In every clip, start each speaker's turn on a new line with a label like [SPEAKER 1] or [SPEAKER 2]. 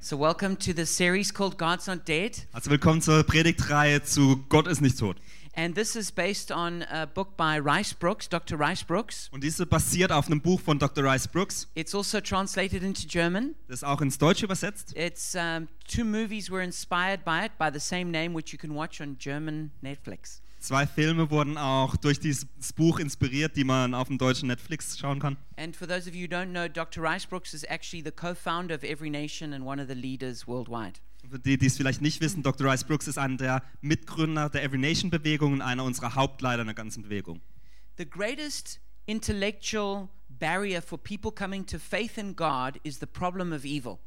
[SPEAKER 1] So, welcome to the series called God's Not Dead.
[SPEAKER 2] Also willkommen zur Predigtreihe zu Gott ist nicht tot.
[SPEAKER 1] And this is based on a book by Rice Brooks, Dr. Rice Brooks.
[SPEAKER 2] Und diese basiert auf einem Buch von Dr. Rice Brooks,
[SPEAKER 1] It's also translated into German.
[SPEAKER 2] das auch ins Deutsche übersetzt.
[SPEAKER 1] It's um, two movies were inspired by it by the same name, which you can watch on German Netflix.
[SPEAKER 2] Zwei Filme wurden auch durch dieses Buch inspiriert, die man auf dem deutschen Netflix schauen kann.
[SPEAKER 1] And for those of you who don't know, Dr. Rice Brooks is actually the co-founder of Every Nation and one of the leaders worldwide.
[SPEAKER 2] Für die, die es vielleicht nicht wissen, Dr. Rice Brooks ist einer der Mitgründer der Every Nation Bewegung und einer unserer Hauptleiter in der ganzen Bewegung.
[SPEAKER 1] The greatest intellectual barrier for people coming to faith in God is the problem of evil.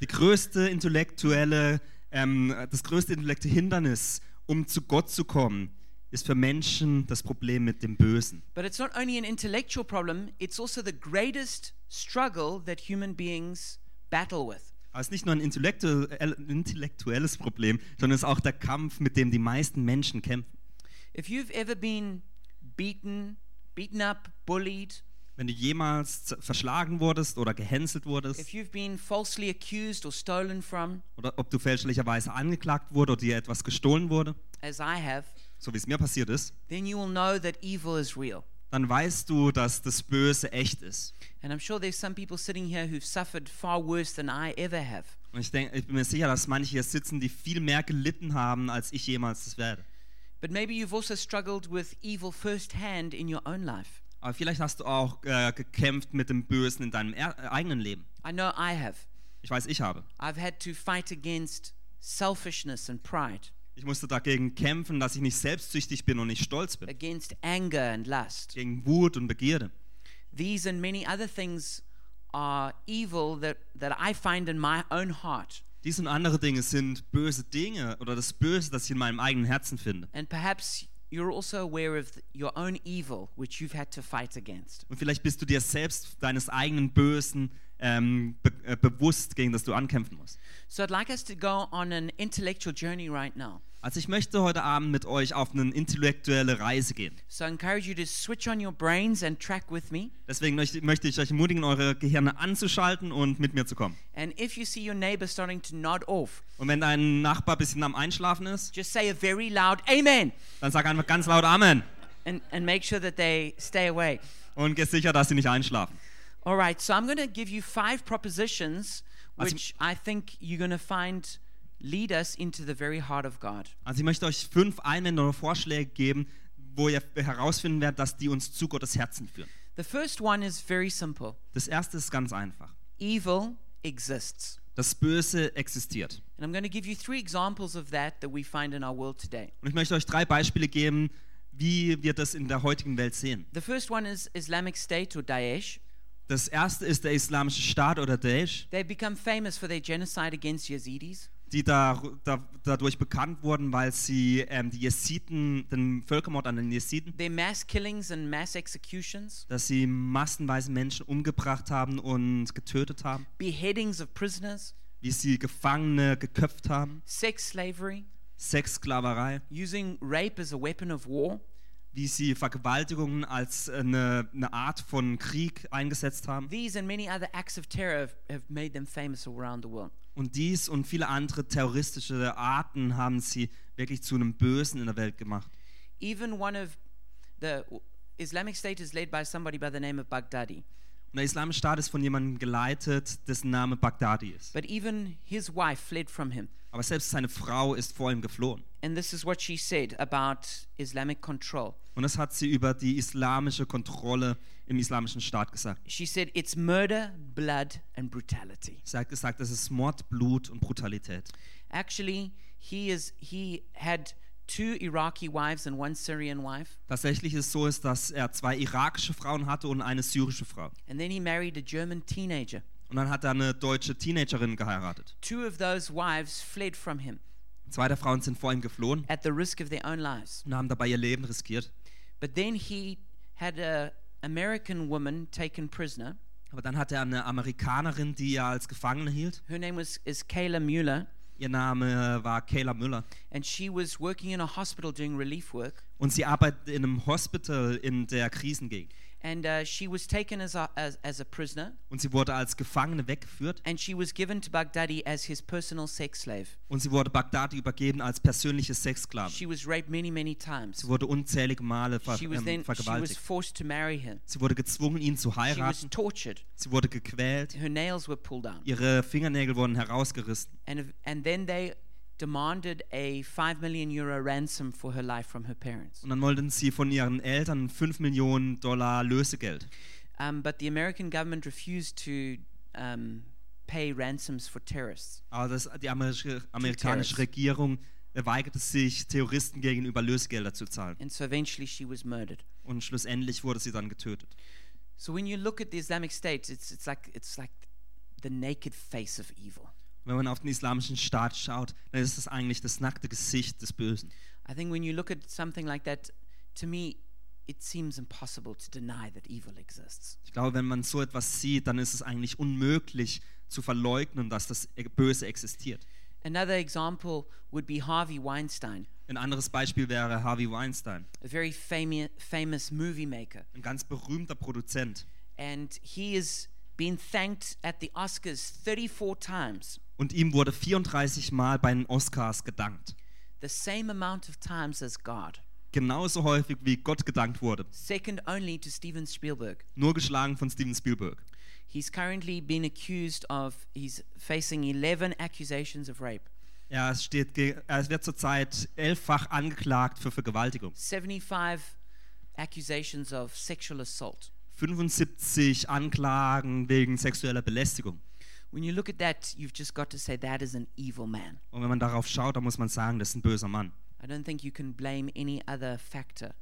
[SPEAKER 2] Die größte intellektuelle, ähm, das größte intellektuelle Hindernis, um zu Gott zu kommen, ist für Menschen das Problem mit dem Bösen.
[SPEAKER 1] But it's not only an intellectual problem, it's also the greatest struggle that human beings battle with.
[SPEAKER 2] Aber es ist nicht nur ein intellektuell, äh, intellektuelles Problem, sondern es ist auch der Kampf, mit dem die meisten Menschen kämpfen.
[SPEAKER 1] If you've ever been beaten, beaten up, bullied,
[SPEAKER 2] Wenn du jemals z- verschlagen wurdest oder gehänselt
[SPEAKER 1] if
[SPEAKER 2] wurdest
[SPEAKER 1] you've been falsely accused or stolen from,
[SPEAKER 2] oder ob du fälschlicherweise angeklagt wurde oder dir etwas gestohlen wurde,
[SPEAKER 1] as I have,
[SPEAKER 2] so wie es mir passiert ist,
[SPEAKER 1] then you will know that evil is real.
[SPEAKER 2] dann weißt du, dass das Böse echt ist.
[SPEAKER 1] And I'm sure there's some people sitting here who've suffered far worse than I ever have.
[SPEAKER 2] Und ich, denk, ich bin mir sicher, dass manche hier sitzen, die viel mehr gelitten haben, als ich jemals das werde.
[SPEAKER 1] But maybe you've also struggled with evil firsthand in your own life.
[SPEAKER 2] Aber vielleicht hast du auch äh, gekämpft mit dem Bösen in deinem er äh, eigenen Leben.
[SPEAKER 1] I know I have.
[SPEAKER 2] Ich weiß, ich habe.
[SPEAKER 1] I've had to fight against selfishness and pride,
[SPEAKER 2] Ich musste dagegen kämpfen, dass ich nicht selbstsüchtig bin und nicht stolz bin.
[SPEAKER 1] against anger and lust.
[SPEAKER 2] Gegen Wut und Begierde.
[SPEAKER 1] These and many other things are evil that, that I find in my own heart.
[SPEAKER 2] Dies und andere Dinge sind böse Dinge oder das Böse, das ich in meinem eigenen Herzen finde.
[SPEAKER 1] And perhaps you're also aware of th- your own evil, which you've had to fight against.
[SPEAKER 2] Und vielleicht bist du dir selbst deines eigenen Bösen ähm, be äh, bewusst, gegen das du ankämpfen musst.
[SPEAKER 1] So I'd like us to go on an intellectual journey right now.
[SPEAKER 2] Also ich möchte heute Abend mit euch auf eine intellektuelle Reise gehen.
[SPEAKER 1] So I encourage you to switch on your brains and track with me.
[SPEAKER 2] Deswegen möchte- möchte ich euch ermutigen, eure Gehirne anzuschalten und mit mir zu kommen.
[SPEAKER 1] And if you see your neighbor starting to nod off,
[SPEAKER 2] Und wenn dein Nachbar ein bisschen am Einschlafen ist,
[SPEAKER 1] just say a very loud amen
[SPEAKER 2] dann sag einfach ganz laut Amen
[SPEAKER 1] and, and make sure that they stay away.
[SPEAKER 2] und geh sicher, dass sie nicht einschlafen.
[SPEAKER 1] All right, so I'm going to give you five propositions
[SPEAKER 2] Also-
[SPEAKER 1] which I think you're going to find lead us into the very heart of God.
[SPEAKER 2] Also ich möchte euch fünf Einwände oder Vorschläge geben, wo ihr herausfinden werdet, dass die uns zu Gottes Herzen führen.
[SPEAKER 1] The first one is very simple
[SPEAKER 2] Das erste ist ganz einfach.
[SPEAKER 1] evil exists.
[SPEAKER 2] Das Böse existiert.
[SPEAKER 1] And I'm going to give you three examples of that that we find in our world today.
[SPEAKER 2] Und ich möchte euch drei Beispiele geben, wie wir das in der heutigen Welt sehen.
[SPEAKER 1] The first one is Islamic State or Daesh.
[SPEAKER 2] Das erste ist der Islamische Staat oder Daesh,
[SPEAKER 1] They've become famous for their genocide against Yazidis.
[SPEAKER 2] die da, da, dadurch bekannt wurden, weil sie ähm, die Jesiden, den Völkermord an den Jesiden,
[SPEAKER 1] Their mass killings and mass executions,
[SPEAKER 2] dass sie massenweise Menschen umgebracht haben und getötet haben,
[SPEAKER 1] beheadings of prisoners,
[SPEAKER 2] wie sie Gefangene geköpft haben,
[SPEAKER 1] sex slavery,
[SPEAKER 2] Sexsklaverei,
[SPEAKER 1] using rape as a weapon of war,
[SPEAKER 2] wie sie Vergewaltigungen als äh, eine, eine Art von Krieg eingesetzt haben.
[SPEAKER 1] These and many other acts of terror have, have made them famous around the world.
[SPEAKER 2] Und dies und viele andere terroristische Arten haben sie wirklich zu einem Bösen in der Welt gemacht.
[SPEAKER 1] Even one of the Islamic State is led by somebody by the name of Baghdadi,
[SPEAKER 2] Und der Islamische Staat ist von jemandem geleitet, dessen Name Baghdadi ist.
[SPEAKER 1] but even his wife fled from him.
[SPEAKER 2] Aber selbst seine Frau ist vor ihm geflohen.
[SPEAKER 1] And this is what she said about Islamic control.
[SPEAKER 2] Und das hat sie über die islamische Kontrolle im Islamischen Staat gesagt.
[SPEAKER 1] She said, It's murder, blood, and brutality.
[SPEAKER 2] Sie hat gesagt, es ist Mord, Blut und Brutalität.
[SPEAKER 1] Actually, he, is, he had two Iraqi wives and one Syrian wife,
[SPEAKER 2] Tatsächlich ist es so, ist, dass er zwei irakische Frauen hatte und eine syrische Frau.
[SPEAKER 1] and then he married a German teenager.
[SPEAKER 2] Und dann hat er eine deutsche Teenagerin geheiratet.
[SPEAKER 1] Two of those wives fled from him
[SPEAKER 2] Zwei der Frauen sind vor ihm geflohen
[SPEAKER 1] at the risk of their own lives.
[SPEAKER 2] und haben dabei ihr Leben riskiert.
[SPEAKER 1] But then he had a American woman taken prisoner.
[SPEAKER 2] Aber dann hat er eine Amerikanerin, die er als Gefangene hielt.
[SPEAKER 1] Her name was is Kayla Mueller,
[SPEAKER 2] Ihr Name war Kayla Müller.
[SPEAKER 1] and she was working in a hospital doing relief work.
[SPEAKER 2] Und sie arbeitet in einem Hospital in der Krisengegend.
[SPEAKER 1] and uh, she was taken as a, as, as a prisoner,
[SPEAKER 2] und sie wurde als Gefangene weggeführt
[SPEAKER 1] and she was given to Baghdadi as his personal sex slave.
[SPEAKER 2] und sie wurde Bagdadi übergeben als persönliche Sexsklave.
[SPEAKER 1] She was raped many, many times.
[SPEAKER 2] Sie wurde unzählige Male ver
[SPEAKER 1] She was
[SPEAKER 2] ähm,
[SPEAKER 1] then she was
[SPEAKER 2] vergewaltigt.
[SPEAKER 1] forced to marry him.
[SPEAKER 2] Sie wurde gezwungen, ihn zu
[SPEAKER 1] She was
[SPEAKER 2] heiraten.
[SPEAKER 1] tortured.
[SPEAKER 2] Sie wurde gequält.
[SPEAKER 1] Her nails were pulled down,
[SPEAKER 2] Ihre Fingernägel wurden herausgerissen.
[SPEAKER 1] and and then they demanded a five million euro ransom for her life from her parents.
[SPEAKER 2] Und dann wollten sie von ihren Eltern 5 Millionen Dollar Lösegeld.
[SPEAKER 1] Um, but the American government refused to um, pay ransoms for terrorists.
[SPEAKER 2] Aber das, die amerische, amerikanische
[SPEAKER 1] Terrorists.
[SPEAKER 2] Regierung weigerte sich, Terroristen gegenüber Lösegelder zu zahlen.
[SPEAKER 1] And so eventually she was murdered.
[SPEAKER 2] Und schlussendlich wurde sie dann getötet.
[SPEAKER 1] So when you look at the Islamic State, it's, it's, like, it's like the naked face of evil.
[SPEAKER 2] Wenn man auf den islamischen Staat schaut, dann ist das eigentlich das nackte Gesicht des Bösen.
[SPEAKER 1] I think when you look at something like that, to me, it seems impossible to deny that evil exists.
[SPEAKER 2] Ich glaube, wenn man so etwas sieht, dann ist es eigentlich unmöglich zu verleugnen, dass das e-, Böse existiert.
[SPEAKER 1] Another example would be Harvey Weinstein,
[SPEAKER 2] Ein anderes Beispiel wäre Harvey Weinstein,
[SPEAKER 1] a very fami- famous movie maker.
[SPEAKER 2] ein ganz berühmter Produzent.
[SPEAKER 1] And he has been thanked at the Oscars 34 times,
[SPEAKER 2] Und ihm wurde 34 Mal bei den Oscars gedankt.
[SPEAKER 1] the same amount of times as God,
[SPEAKER 2] Genauso häufig, wie Gott gedankt wurde.
[SPEAKER 1] second only to Steven Spielberg.
[SPEAKER 2] Nur geschlagen von Steven Spielberg.
[SPEAKER 1] He's currently been accused of, he's facing 11 accusations of rape.
[SPEAKER 2] Er, steht, ge- er wird zurzeit elffach angeklagt für Vergewaltigung.
[SPEAKER 1] 75 accusations of sexual assault.
[SPEAKER 2] 75 Anklagen wegen sexueller Belästigung.
[SPEAKER 1] When you look at that, you've just got to say that is an evil man.
[SPEAKER 2] Und wenn man darauf schaut, dann muss man sagen, das ist ein böser Mann.
[SPEAKER 1] I don't think you can blame any other factor.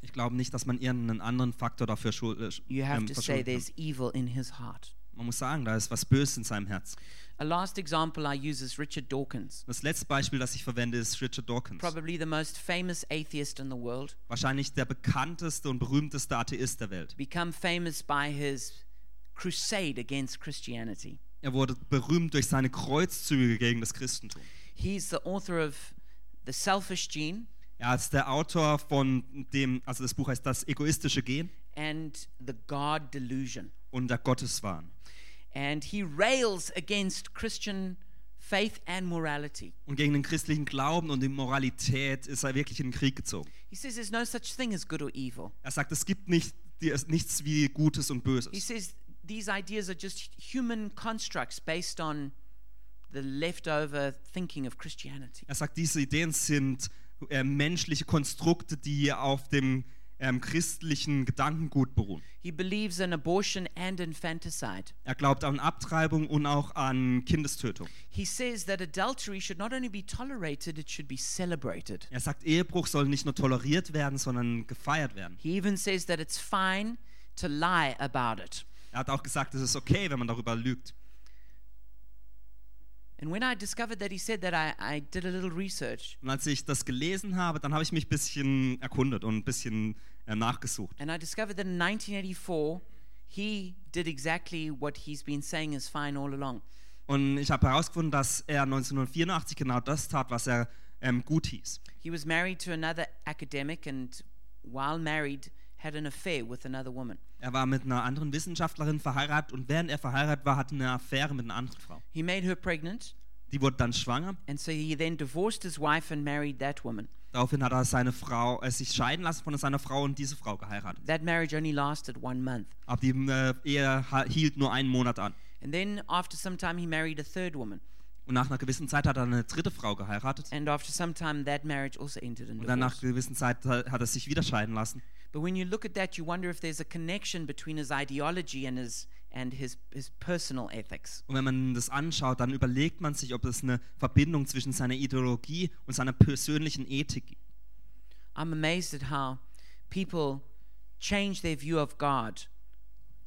[SPEAKER 2] Ich glaube nicht, dass man irgendeinen anderen Faktor dafür schul- äh, sch-
[SPEAKER 1] You have
[SPEAKER 2] ähm,
[SPEAKER 1] to say
[SPEAKER 2] verschulden kann.
[SPEAKER 1] there's evil in his heart.
[SPEAKER 2] Man muss sagen, da ist was Böses in seinem Herz.
[SPEAKER 1] A last example I use is Richard Dawkins,
[SPEAKER 2] Das letzte Beispiel, das ich verwende, ist Richard Dawkins.
[SPEAKER 1] probably the most famous atheist in the world,
[SPEAKER 2] Wahrscheinlich der bekannteste und berühmteste Atheist der Welt.
[SPEAKER 1] become famous by his crusade against Christianity.
[SPEAKER 2] Er wurde berühmt durch seine Kreuzzüge gegen das Christentum.
[SPEAKER 1] He's the author of The Selfish Gene
[SPEAKER 2] Er ist der Autor von dem, also das Buch heißt Das egoistische Gen
[SPEAKER 1] and The God Delusion.
[SPEAKER 2] und der Gotteswahn.
[SPEAKER 1] and he rails against Christian faith and morality.
[SPEAKER 2] Und gegen den christlichen Glauben und die Moralität ist er wirklich in den Krieg gezogen.
[SPEAKER 1] He says there's no such thing as good or evil.
[SPEAKER 2] Er sagt, es gibt nicht, die- es- nichts wie Gutes und
[SPEAKER 1] He
[SPEAKER 2] Böses.
[SPEAKER 1] says these ideas are just human constructs based on the leftover thinking of Christianity.
[SPEAKER 2] Er sagt, diese Ideen sind äh, menschliche Konstrukte, die auf dem ähm, christlichen Gedankengut beruhen.
[SPEAKER 1] He believes in abortion and infanticide.
[SPEAKER 2] Er glaubt an Abtreibung und auch an Kindestötung.
[SPEAKER 1] He says that adultery should not only be tolerated, it should be celebrated.
[SPEAKER 2] Er sagt, Ehebruch soll nicht nur toleriert werden, sondern gefeiert werden.
[SPEAKER 1] He even says that it's fine to lie about it.
[SPEAKER 2] Er hat auch gesagt, es ist okay, wenn man darüber lügt.
[SPEAKER 1] And when I discovered that he said that, I, I did a little research.
[SPEAKER 2] Und als ich das gelesen habe, dann habe ich mich ein bisschen erkundet und ein bisschen äh, nachgesucht.
[SPEAKER 1] And I discovered that in 1984, he did exactly what he's been saying is fine all along.
[SPEAKER 2] Und ich habe herausgefunden, dass er 1984 genau das tat, was er ähm, gut hieß.
[SPEAKER 1] He was married to another academic and, while married, had an affair with another woman.
[SPEAKER 2] Er war mit einer anderen Wissenschaftlerin verheiratet und während er verheiratet war, hatte er eine Affäre mit einer anderen Frau.
[SPEAKER 1] He made her pregnant,
[SPEAKER 2] Die wurde dann schwanger.
[SPEAKER 1] and so he then divorced his wife and married that woman.
[SPEAKER 2] Daraufhin hat er seine Frau, äh, sich scheiden lassen von seiner Frau und diese Frau geheiratet.
[SPEAKER 1] That marriage only lasted one month.
[SPEAKER 2] Aber die äh, Ehe ha- hielt nur einen Monat an.
[SPEAKER 1] And then, after some time, he married a third woman.
[SPEAKER 2] Und nach einer gewissen Zeit hat er eine dritte Frau geheiratet.
[SPEAKER 1] And after some time, that marriage also ended in
[SPEAKER 2] Und dann nach
[SPEAKER 1] divorce.
[SPEAKER 2] einer gewissen Zeit ha- hat er sich wieder scheiden lassen.
[SPEAKER 1] But when you look at that, you wonder if there's a connection between his ideology and his, and his, his personal ethics.
[SPEAKER 2] Und wenn man das anschaut, dann überlegt man sich, ob es eine Verbindung zwischen seiner Ideologie und seiner persönlichen Ethik gibt.
[SPEAKER 1] I'm amazed at how people change their view of God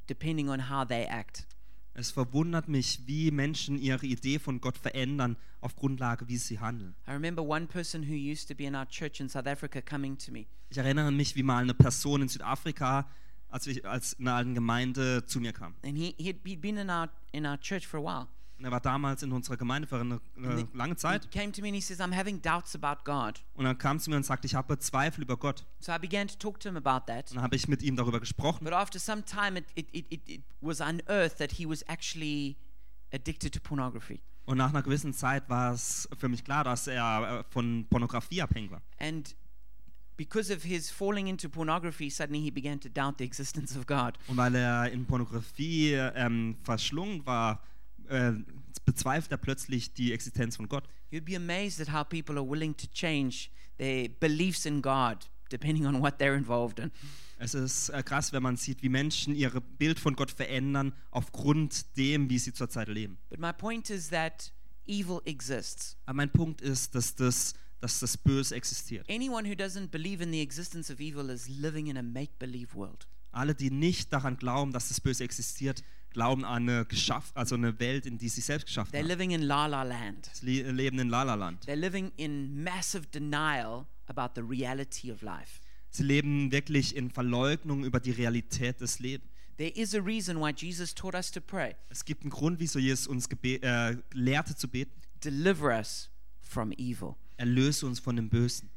[SPEAKER 1] depending on how they act.
[SPEAKER 2] Es verwundert mich, wie Menschen ihre Idee von Gott verändern auf Grundlage, wie sie handeln.
[SPEAKER 1] I remember one person who used to be in our church in South Africa coming to me.
[SPEAKER 2] Ich erinnere mich, wie mal eine Person in Südafrika, als, ich, als in einer alten Gemeinde zu mir kam.
[SPEAKER 1] And he, he'd, he'd been in our, in our church for a while.
[SPEAKER 2] Und Und er war damals in unserer Gemeinde für eine, eine lange Zeit.
[SPEAKER 1] He came to me and he says, I'm having doubts about God.
[SPEAKER 2] Und dann kam zu mir und sagte, ich habe Zweifel über Gott.
[SPEAKER 1] So I began to talk to him about that.
[SPEAKER 2] Und dann habe ich mit ihm darüber gesprochen.
[SPEAKER 1] But after some time, it, it, it, it, it was unearthed that he was actually addicted to pornography.
[SPEAKER 2] Und nach einer gewissen Zeit war es für mich klar, dass er äh, von Pornografie abhängig war.
[SPEAKER 1] And because of his falling into pornography, suddenly he began to doubt the existence of God.
[SPEAKER 2] Und weil er in Pornografie ähm, verschlungen war, äh, bezweifelt er plötzlich die Existenz von Gott.
[SPEAKER 1] You'd be amazed at how people are willing to change their beliefs in God depending on what they're involved in.
[SPEAKER 2] Es ist äh, krass, wenn man sieht, wie Menschen ihr Bild von Gott verändern aufgrund dem, wie sie zurzeit leben.
[SPEAKER 1] But my point is that evil exists.
[SPEAKER 2] Aber mein Punkt ist, dass das, dass das Böse existiert.
[SPEAKER 1] Anyone who doesn't believe in the existence of evil is living in a make believe world.
[SPEAKER 2] Alle, die nicht daran glauben, dass das Böse existiert, glauben an eine, geschaff, also eine Welt, in die sie selbst geschaffen
[SPEAKER 1] They're
[SPEAKER 2] haben.
[SPEAKER 1] living in la la land.
[SPEAKER 2] Sie le- leben in Lalaland.
[SPEAKER 1] They're living in massive denial about the reality of life.
[SPEAKER 2] Sie leben wirklich in Verleugnung über die Realität des Lebens.
[SPEAKER 1] There is a reason why Jesus taught us to pray
[SPEAKER 2] Es gibt einen Grund, wieso Jesus uns gebe- äh, lehrte zu beten.
[SPEAKER 1] deliver us from evil.
[SPEAKER 2] Erlöse uns von dem Bösen.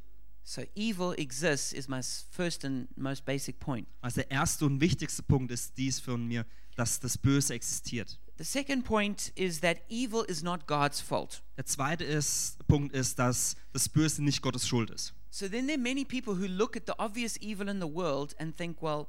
[SPEAKER 1] So, evil exists is my s- first and most basic point.
[SPEAKER 2] Also der erste und wichtigste Punkt ist dies von mir, dass das Böse existiert.
[SPEAKER 1] The second point is that evil is not God's fault.
[SPEAKER 2] Der zweite ist, Punkt ist, dass das Böse nicht Gottes Schuld ist.
[SPEAKER 1] So then there are many people who look at the obvious evil in the world and think, well,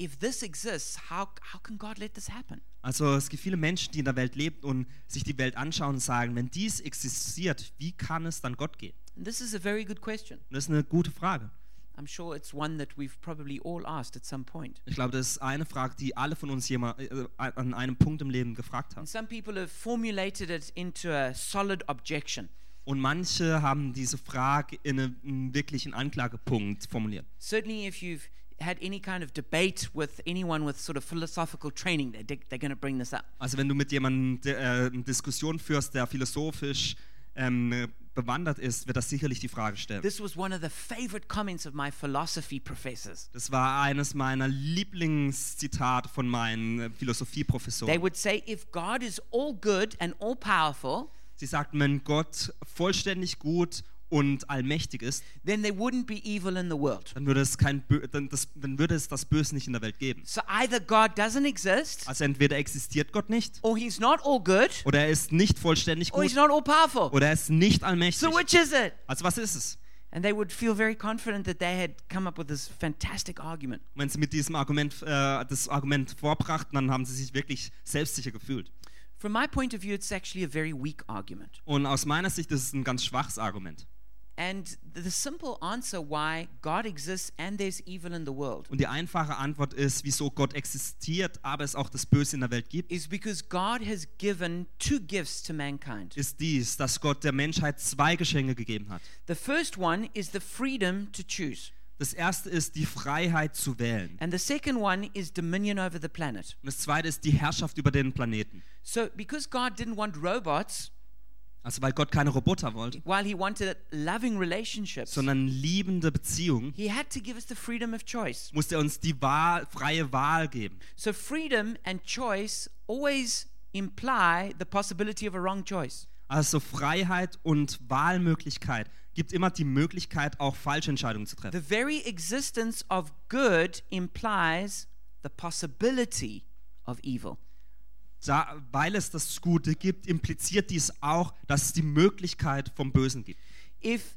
[SPEAKER 1] if this exists, how, how can God let this happen?
[SPEAKER 2] Also es gibt viele Menschen, die in der Welt leben und sich die Welt anschauen und sagen, wenn dies existiert, wie kann es dann Gott gehen?
[SPEAKER 1] And this is a very good question.
[SPEAKER 2] Und das ist eine gute Frage.
[SPEAKER 1] I'm sure it's one that we've probably all asked at some point.
[SPEAKER 2] Ich glaube, das ist eine Frage, die alle von uns jemand, äh, an einem Punkt im Leben gefragt haben.
[SPEAKER 1] And some people have formulated it into a solid objection.
[SPEAKER 2] Und manche haben diese Frage in einem- einen wirklichen Anklagepunkt formuliert.
[SPEAKER 1] Certainly, if you've had any kind of debate with anyone with sort of philosophical training, they're, dig- they're going to bring this up.
[SPEAKER 2] Also wenn du mit jemandem de- äh, eine Diskussion führst, der philosophisch ähm, bewandert ist, wird das sicherlich die Frage stellen.
[SPEAKER 1] This was one of the favorite comments of my philosophy professors.
[SPEAKER 2] Das war eines meiner Lieblingszitate von meinen äh,
[SPEAKER 1] They
[SPEAKER 2] Philosophieprofessoren.
[SPEAKER 1] would say, if God is all good and all powerful,
[SPEAKER 2] Sie sagten, wenn Gott vollständig gut und allmächtig ist,
[SPEAKER 1] then there wouldn't be evil in the world.
[SPEAKER 2] dann würde es kein Bö dann, das, dann würde es das Böse nicht in der Welt geben.
[SPEAKER 1] So either God doesn't exist,
[SPEAKER 2] Also entweder existiert Gott nicht,
[SPEAKER 1] or he's not all good,
[SPEAKER 2] oder er ist nicht vollständig
[SPEAKER 1] or he's
[SPEAKER 2] gut,
[SPEAKER 1] not all powerful.
[SPEAKER 2] oder er ist nicht allmächtig.
[SPEAKER 1] Oh, So which is it?
[SPEAKER 2] Also was ist es?
[SPEAKER 1] And they would feel very confident that they had come up with this fantastic argument.
[SPEAKER 2] Und Wenn sie mit diesem Argument äh, das Argument vorbrachten, dann haben sie sich wirklich selbstsicher gefühlt.
[SPEAKER 1] From my point of view, it's actually a very weak argument.
[SPEAKER 2] Und aus meiner Sicht ist es ein ganz schwaches Argument.
[SPEAKER 1] And the simple answer why God exists and there's evil in the world
[SPEAKER 2] Und die einfache Antwort ist, wieso Gott existiert, aber es auch das Böse in der Welt gibt,
[SPEAKER 1] is because God has given two gifts to mankind.
[SPEAKER 2] ist dies, dass Gott der Menschheit zwei Geschenke gegeben hat.
[SPEAKER 1] The first one is the freedom to choose,
[SPEAKER 2] Das erste ist die Freiheit zu wählen.
[SPEAKER 1] and the second one is dominion over the planet.
[SPEAKER 2] Und das zweite ist die Herrschaft über den Planeten.
[SPEAKER 1] So, because God didn't want robots,
[SPEAKER 2] Also weil Gott keine Roboter wollte,
[SPEAKER 1] while he wanted loving relationships,
[SPEAKER 2] sondern liebende Beziehungen,
[SPEAKER 1] he had to give us the freedom of choice.
[SPEAKER 2] musste er uns die Wahl, freie Wahl geben.
[SPEAKER 1] So, freedom and choice always imply the possibility of a wrong choice.
[SPEAKER 2] Also Freiheit und Wahlmöglichkeit gibt immer die Möglichkeit, auch falsche Entscheidungen zu
[SPEAKER 1] The
[SPEAKER 2] treffen.
[SPEAKER 1] very existence of good implies the possibility of evil.
[SPEAKER 2] Da, weil es das Gute gibt, impliziert dies auch, dass es die Möglichkeit vom Bösen gibt.
[SPEAKER 1] If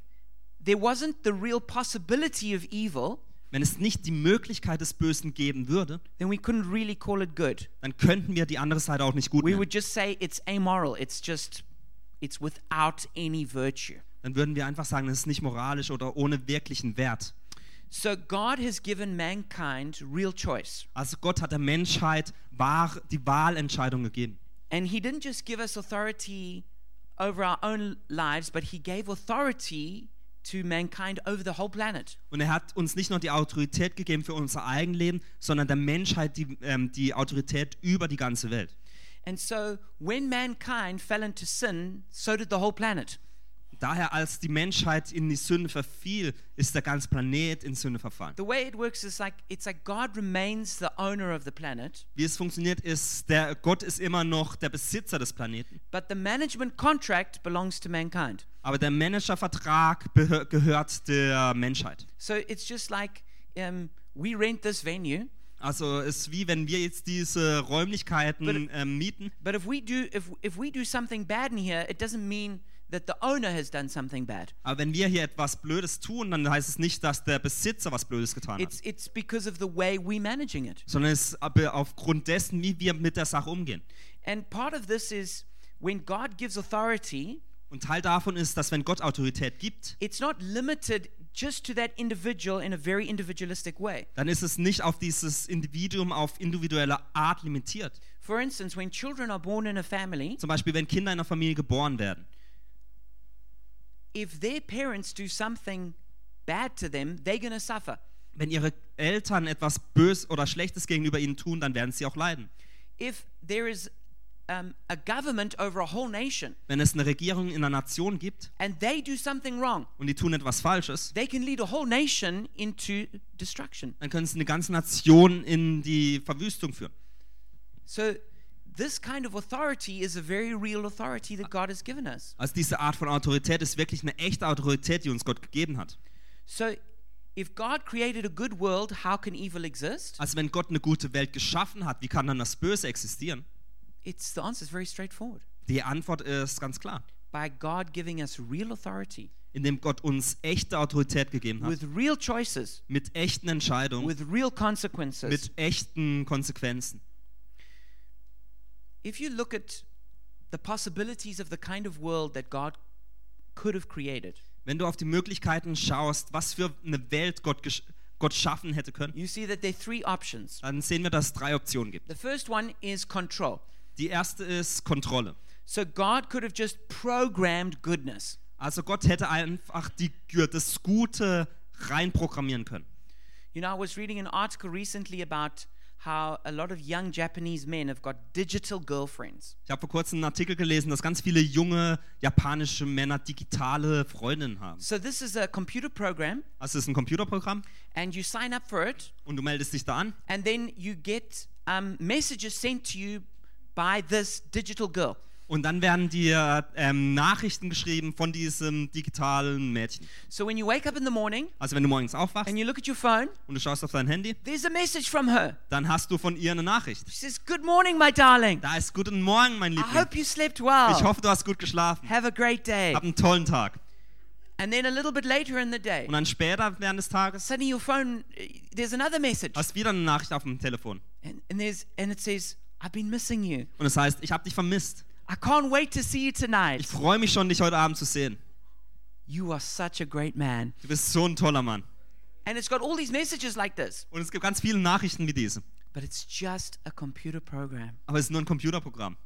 [SPEAKER 1] there wasn't the real possibility of evil,
[SPEAKER 2] Wenn es nicht die Möglichkeit des Bösen geben würde,
[SPEAKER 1] then we couldn't really call it good.
[SPEAKER 2] dann könnten wir die andere Seite auch nicht gut
[SPEAKER 1] We
[SPEAKER 2] nennen.
[SPEAKER 1] would just say it's amoral, it's just, it's without any virtue.
[SPEAKER 2] Dann würden wir einfach sagen, das ist nicht moralisch oder ohne wirklichen Wert.
[SPEAKER 1] So, God has given mankind real choice.
[SPEAKER 2] Also Gott hat der Menschheit wahr, die Wahlentscheidung gegeben.
[SPEAKER 1] And he didn't just give us authority over our own lives, but he gave authority to mankind over the whole planet.
[SPEAKER 2] Und er hat uns nicht nur die Autorität gegeben für unser Eigenleben, sondern der Menschheit die, ähm, die Autorität über die ganze Welt.
[SPEAKER 1] And so when mankind fell into sin, so did the whole planet.
[SPEAKER 2] Daher, als die Menschheit in die Sünde verfiel, ist der ganze Planet in Sünde verfallen.
[SPEAKER 1] The way it works is like it's like God remains the owner of the planet,
[SPEAKER 2] Wie es funktioniert ist, der Gott ist immer noch der Besitzer des Planeten,
[SPEAKER 1] but the management contract belongs to mankind.
[SPEAKER 2] aber der Managervertrag behö- gehört der Menschheit.
[SPEAKER 1] So it's just like um, we rent this venue,
[SPEAKER 2] Also es ist wie wenn wir jetzt diese Räumlichkeiten
[SPEAKER 1] Bitte.
[SPEAKER 2] ähm, mieten,
[SPEAKER 1] but if we do if if we do something bad in here, it doesn't mean that the owner has done something bad.
[SPEAKER 2] aber wenn wir hier etwas Blödes tun, dann heißt es nicht, dass der Besitzer was Blödes getan hat,
[SPEAKER 1] It's it's because of the way we're managing it.
[SPEAKER 2] sondern es ist aber aufgrund dessen, wie wir mit der Sache umgehen.
[SPEAKER 1] And part of this is when God gives authority,
[SPEAKER 2] Und Teil davon ist, dass wenn Gott Autorität gibt,
[SPEAKER 1] it's not limited just to that individual in a very individualistic way.
[SPEAKER 2] dann ist es nicht auf dieses Individuum auf individuelle Art limitiert.
[SPEAKER 1] For instance, when children are born in a family,
[SPEAKER 2] Zum Beispiel, wenn Kinder in einer Familie geboren werden.
[SPEAKER 1] if their parents do something bad to them, they're going to suffer.
[SPEAKER 2] Wenn ihre Eltern etwas Böses oder Schlechtes gegenüber ihnen tun, dann werden sie auch leiden.
[SPEAKER 1] If there is um, a government over a whole nation
[SPEAKER 2] Wenn es eine Regierung in einer Nation gibt
[SPEAKER 1] and they do something wrong,
[SPEAKER 2] und die tun etwas Falsches,
[SPEAKER 1] they can lead a whole nation into destruction.
[SPEAKER 2] dann können sie eine ganze Nation in die Verwüstung führen.
[SPEAKER 1] So, this kind of authority is a very real authority that God has given us.
[SPEAKER 2] Also diese Art von Autorität ist wirklich eine echte Autorität, die uns Gott gegeben hat.
[SPEAKER 1] So, if God created a good world, how can evil exist?
[SPEAKER 2] Also wenn Gott eine gute Welt geschaffen hat, wie kann dann das Böse existieren?
[SPEAKER 1] It's the answer is very straightforward.
[SPEAKER 2] Die Antwort ist ganz klar,
[SPEAKER 1] By God giving us real authority
[SPEAKER 2] indem Gott uns echte Autorität gegeben hat.
[SPEAKER 1] with real choices,
[SPEAKER 2] mit echten Entscheidungen,
[SPEAKER 1] with real consequences.
[SPEAKER 2] mit echten Konsequenzen.
[SPEAKER 1] if you look at the possibilities of the kind of world that God could have created,
[SPEAKER 2] Wenn du auf die Möglichkeiten schaust, was für eine Welt Gott, gesch- Gott schaffen hätte können,
[SPEAKER 1] you see that there are three options.
[SPEAKER 2] dann sehen wir, dass es drei Optionen gibt.
[SPEAKER 1] The first one is control.
[SPEAKER 2] Die erste ist Kontrolle.
[SPEAKER 1] So God could have just programmed goodness.
[SPEAKER 2] Also Gott hätte einfach die, das Gute reinprogrammieren können.
[SPEAKER 1] You know, I was reading an article recently about how a lot of young Japanese men have got digital girlfriends.
[SPEAKER 2] Ich habe vor kurzem einen Artikel gelesen, dass ganz viele junge japanische Männer digitale Freundinnen haben.
[SPEAKER 1] So this is a computer program,
[SPEAKER 2] Also es ist ein Computerprogramm
[SPEAKER 1] and you sign up for it,
[SPEAKER 2] und du meldest dich da an
[SPEAKER 1] and then you get um, messages sent to you by this digital girl.
[SPEAKER 2] und dann werden dir ähm, Nachrichten geschrieben von diesem digitalen Mädchen.
[SPEAKER 1] So when you wake up in the morning
[SPEAKER 2] Also wenn du morgens aufwachst,
[SPEAKER 1] and you look at your phone,
[SPEAKER 2] und du schaust auf dein Handy,
[SPEAKER 1] there's a message from her.
[SPEAKER 2] dann hast du von ihr eine Nachricht.
[SPEAKER 1] She says, "Good morning, my darling.
[SPEAKER 2] Da ist guten Morgen, mein
[SPEAKER 1] I
[SPEAKER 2] Liebling.
[SPEAKER 1] hope you slept
[SPEAKER 2] Ich
[SPEAKER 1] well.
[SPEAKER 2] hoffe, du hast gut geschlafen.
[SPEAKER 1] Have a great day."
[SPEAKER 2] Hab einen tollen Tag.
[SPEAKER 1] And then a little bit later in the day,
[SPEAKER 2] Und dann später während des Tages
[SPEAKER 1] suddenly your phone, uh, there's another message,
[SPEAKER 2] hast wieder eine Nachricht auf dem Telefon.
[SPEAKER 1] and, and there's and it says, "I've been missing you.
[SPEAKER 2] Und es heißt, ich habe dich vermisst.
[SPEAKER 1] I can't wait to see you tonight.
[SPEAKER 2] Ich freue mich schon, dich heute Abend zu sehen.
[SPEAKER 1] You are such a great man."
[SPEAKER 2] Du bist so ein toller Mann.
[SPEAKER 1] And it's got all these messages like this.
[SPEAKER 2] Und es gibt ganz viele Nachrichten wie diese.
[SPEAKER 1] But it's just a computer program.
[SPEAKER 2] Aber es ist nur ein Computerprogramm.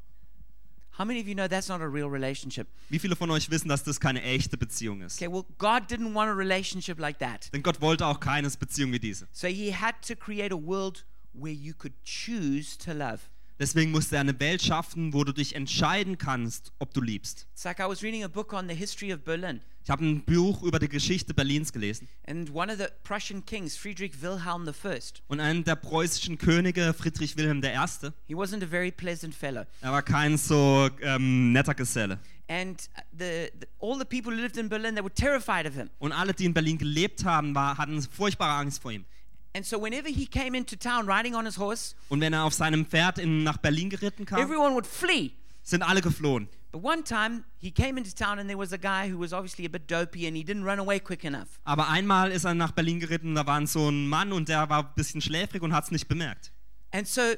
[SPEAKER 1] How many of you know that's not a real relationship?
[SPEAKER 2] Wie viele von euch wissen, dass das keine echte Beziehung ist?
[SPEAKER 1] Okay, well, God didn't want a relationship like that.
[SPEAKER 2] Denn Gott wollte auch keine Beziehung wie diese.
[SPEAKER 1] So he had to create a world where you could choose to love.
[SPEAKER 2] Deswegen musste er eine Welt schaffen, wo du dich entscheiden kannst, ob du liebst.
[SPEAKER 1] It's like I was reading a book on the history of Berlin,
[SPEAKER 2] Ich habe ein Buch über die Geschichte Berlins gelesen.
[SPEAKER 1] and one of the Prussian kings, Friedrich Wilhelm I,
[SPEAKER 2] Und einen der preußischen Könige, Friedrich Wilhelm I.,
[SPEAKER 1] he wasn't a very pleasant fellow.
[SPEAKER 2] er war kein so ähm, netter Geselle.
[SPEAKER 1] And uh, the, the, all the people who lived in Berlin, they were terrified of him.
[SPEAKER 2] Und alle, die in Berlin gelebt haben, war, hatten furchtbare Angst vor ihm.
[SPEAKER 1] And so whenever he came into town riding on his horse,
[SPEAKER 2] Und wenn er auf seinem Pferd in, nach Berlin geritten kam,
[SPEAKER 1] everyone would flee.
[SPEAKER 2] sind alle geflohen.
[SPEAKER 1] But one time he came into town and there was a guy who was obviously a bit dopey and he didn't run away quick enough.
[SPEAKER 2] Aber einmal ist er nach Berlin geritten, da war so ein Mann und der war ein bisschen schläfrig und hat es nicht bemerkt.
[SPEAKER 1] And so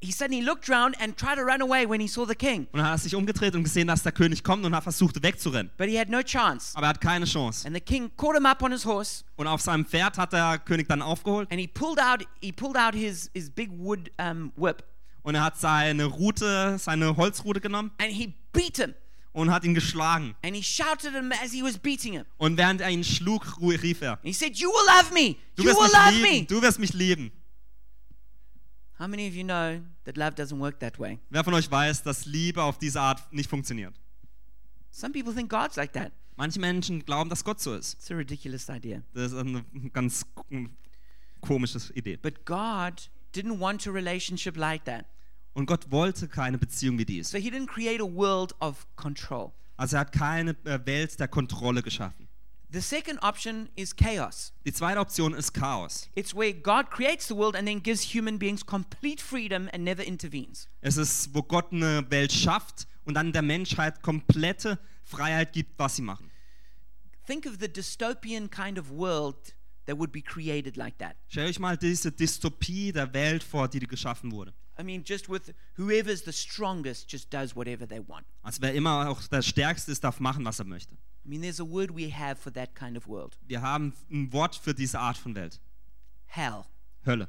[SPEAKER 1] he suddenly looked round and tried to run away when he saw the king,
[SPEAKER 2] Und dann hat er sich umgedreht und gesehen, dass der König kommt und hat versucht wegzurennen.
[SPEAKER 1] but he had no chance.
[SPEAKER 2] Aber er hat keine Chance.
[SPEAKER 1] And the king caught him up on his horse
[SPEAKER 2] Und auf seinem Pferd hat der König dann aufgeholt
[SPEAKER 1] and he pulled out he pulled out his his big wood um, whip
[SPEAKER 2] und er hat seine Rute, seine Holzrute genommen
[SPEAKER 1] and he beat him
[SPEAKER 2] und hat ihn geschlagen.
[SPEAKER 1] and he shouted at him as he was beating him.
[SPEAKER 2] Und während er ihn schlug, ru- rief er:
[SPEAKER 1] And he said, "You will love me.
[SPEAKER 2] Du
[SPEAKER 1] you
[SPEAKER 2] wirst
[SPEAKER 1] will love
[SPEAKER 2] mich
[SPEAKER 1] me."
[SPEAKER 2] lieben. Du wirst mich lieben.
[SPEAKER 1] How many of you know that love doesn't work that way?
[SPEAKER 2] Wer von euch weiß, dass Liebe auf diese Art nicht funktioniert?
[SPEAKER 1] Some people think God's like that.
[SPEAKER 2] Manche Menschen glauben, dass Gott so ist.
[SPEAKER 1] It's a ridiculous idea.
[SPEAKER 2] Das ist eine ganz komische Idee.
[SPEAKER 1] But God didn't want a relationship like that.
[SPEAKER 2] Und Gott wollte keine Beziehung wie dies.
[SPEAKER 1] So he didn't create a world of control.
[SPEAKER 2] Also er hat keine äh, Welt der Kontrolle geschaffen.
[SPEAKER 1] The second option is chaos.
[SPEAKER 2] Die zweite Option ist Chaos.
[SPEAKER 1] It's where God creates the world and then gives human beings complete freedom and never intervenes.
[SPEAKER 2] Es ist, wo Gott eine Welt schafft und dann der Menschheit komplette Freiheit gibt, was sie machen.
[SPEAKER 1] Think of the dystopian kind of world that would be created like that.
[SPEAKER 2] Stellt euch mal diese Dystopie der Welt vor, die geschaffen wurde.
[SPEAKER 1] I mean, just with whoever's the strongest just does whatever they want.
[SPEAKER 2] Also wer immer auch der Stärkste ist, darf machen, was er möchte.
[SPEAKER 1] I mean, there's a word we have for that kind of world
[SPEAKER 2] Wir haben ein Wort für diese Art von Welt.
[SPEAKER 1] hell.
[SPEAKER 2] Hölle.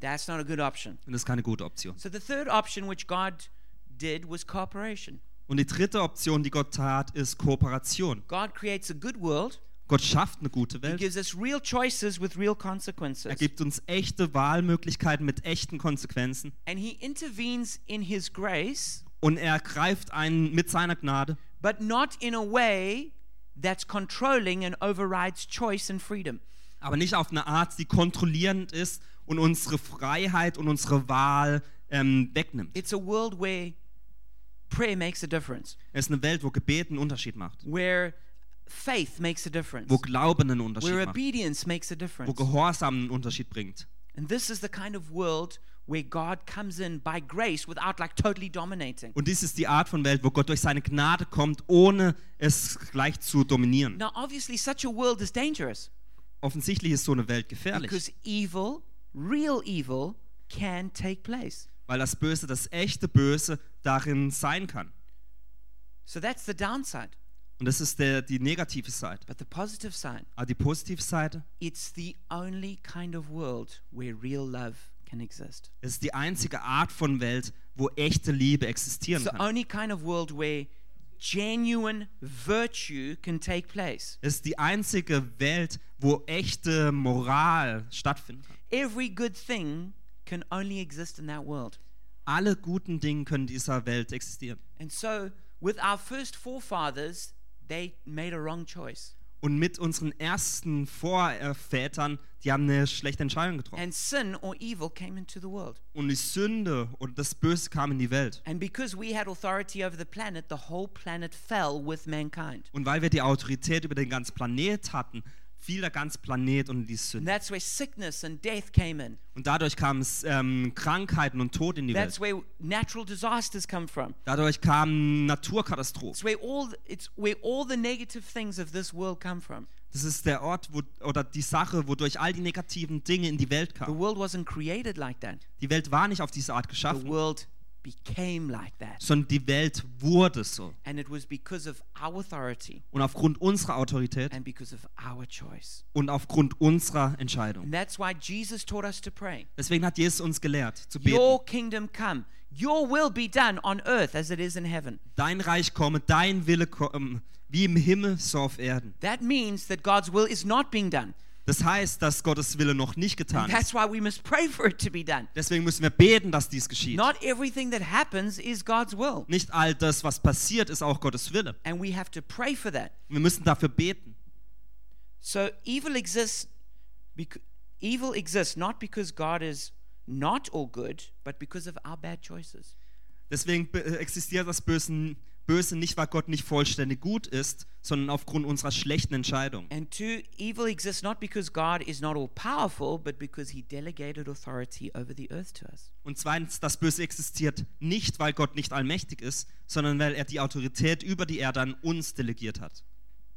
[SPEAKER 1] That's not a good option.
[SPEAKER 2] Und das ist keine gute Option.
[SPEAKER 1] So the third option, which God did, was cooperation.
[SPEAKER 2] Und die dritte Option, die Gott tat, ist Kooperation.
[SPEAKER 1] God creates a good world.
[SPEAKER 2] Gott schafft eine gute
[SPEAKER 1] He
[SPEAKER 2] Welt.
[SPEAKER 1] gives us real choices with real
[SPEAKER 2] Er
[SPEAKER 1] consequences.
[SPEAKER 2] gibt uns echte Wahlmöglichkeiten mit echten Konsequenzen.
[SPEAKER 1] And He intervenes in His grace,
[SPEAKER 2] Und er greift einen mit seiner Gnade,
[SPEAKER 1] but not in a way that's controlling and overrides choice and freedom.
[SPEAKER 2] aber nicht auf eine Art, die kontrollierend ist und unsere Freiheit und unsere Wahl ähm, wegnimmt.
[SPEAKER 1] It's a world where prayer makes a difference,
[SPEAKER 2] Es ist eine Welt, wo Gebet einen Unterschied macht,
[SPEAKER 1] where faith makes a difference,
[SPEAKER 2] wo Glauben einen
[SPEAKER 1] where
[SPEAKER 2] Unterschied macht,
[SPEAKER 1] obedience makes a
[SPEAKER 2] wo
[SPEAKER 1] difference.
[SPEAKER 2] Gehorsam einen Unterschied bringt.
[SPEAKER 1] And this is the kind of world where God comes in by grace without like totally dominating.
[SPEAKER 2] Und dies ist die Art von Welt, wo Gott durch seine Gnade kommt, ohne es gleich zu dominieren.
[SPEAKER 1] Now, obviously, such a world is dangerous
[SPEAKER 2] Offensichtlich ist so eine Welt gefährlich,
[SPEAKER 1] because evil, real evil, can take place.
[SPEAKER 2] weil das Böse, das echte Böse darin sein kann.
[SPEAKER 1] So that's the downside.
[SPEAKER 2] Und das ist der, die negative Seite.
[SPEAKER 1] But the positive side,
[SPEAKER 2] Aber die positive Seite,
[SPEAKER 1] it's the only kind of world where real love can exist.
[SPEAKER 2] es ist die einzige Art von Welt, wo echte Liebe existieren
[SPEAKER 1] It's the
[SPEAKER 2] kann.
[SPEAKER 1] only kind of world where genuine virtue can take place.
[SPEAKER 2] Es ist die einzige Welt, wo echte Moral stattfinden kann.
[SPEAKER 1] Every good thing can only exist in that world.
[SPEAKER 2] Alle guten Dinge können in dieser Welt existieren.
[SPEAKER 1] And so, with our first forefathers, they made a wrong choice.
[SPEAKER 2] Und mit unseren ersten Vorvätern, die haben eine schlechte Entscheidung getroffen.
[SPEAKER 1] And sin or evil came into the world.
[SPEAKER 2] Und die Sünde und das Böse kam in die Welt.
[SPEAKER 1] And because we had authority over the planet, the whole planet fell with mankind.
[SPEAKER 2] Und weil wir die Autorität über den ganzen Planet hatten, fiel der ganze Planet unter die
[SPEAKER 1] And
[SPEAKER 2] Sünde.
[SPEAKER 1] that's where sickness and death came in.
[SPEAKER 2] Und dadurch kamen ähm, Krankheiten und Tod in die Welt.
[SPEAKER 1] That's where natural disasters come from.
[SPEAKER 2] Dadurch kamen Naturkatastrophen.
[SPEAKER 1] It's where all th- it's where all the negative things of this world come from.
[SPEAKER 2] Das ist der Ort wo, oder die Sache, wodurch all die negativen Dinge in die Welt
[SPEAKER 1] The
[SPEAKER 2] kamen.
[SPEAKER 1] world wasn't created like that.
[SPEAKER 2] Die Welt war nicht auf diese Art
[SPEAKER 1] The
[SPEAKER 2] geschaffen,
[SPEAKER 1] world became like that.
[SPEAKER 2] sondern die Welt wurde so.
[SPEAKER 1] And it was because of our authority
[SPEAKER 2] Und aufgrund unserer Autorität
[SPEAKER 1] and because of our choice.
[SPEAKER 2] und aufgrund unserer Entscheidung.
[SPEAKER 1] And that's why Jesus taught us to pray.
[SPEAKER 2] Deswegen hat Jesus uns gelehrt zu beten.
[SPEAKER 1] Your kingdom come. Your will be done on earth as it is in heaven.
[SPEAKER 2] Dein Reich komme, dein Wille komme, wie im Himmel, so auf Erden.
[SPEAKER 1] That means that God's will is not being done.
[SPEAKER 2] Das heißt, dass Gottes Wille noch nicht getan
[SPEAKER 1] And
[SPEAKER 2] ist.
[SPEAKER 1] that's why we must pray for it to be done.
[SPEAKER 2] Deswegen müssen wir beten, dass dies geschieht.
[SPEAKER 1] Not everything that happens is God's will.
[SPEAKER 2] Nicht all das, was passiert, ist auch Gottes Wille.
[SPEAKER 1] And we have to pray for that.
[SPEAKER 2] Wir müssen dafür beten.
[SPEAKER 1] So evil exists bec- evil exists not because God is not all good, but because of our bad choices.
[SPEAKER 2] Deswegen be- äh, existiert das Böse, Böse nicht, weil Gott nicht vollständig gut ist, sondern aufgrund unserer schlechten Entscheidung.
[SPEAKER 1] And two, evil exists not because God is not all powerful, but because he delegated authority over the earth to us.
[SPEAKER 2] Und zweitens, das Böse existiert nicht, weil Gott nicht allmächtig ist, sondern weil er die Autorität über die Erde an uns delegiert hat.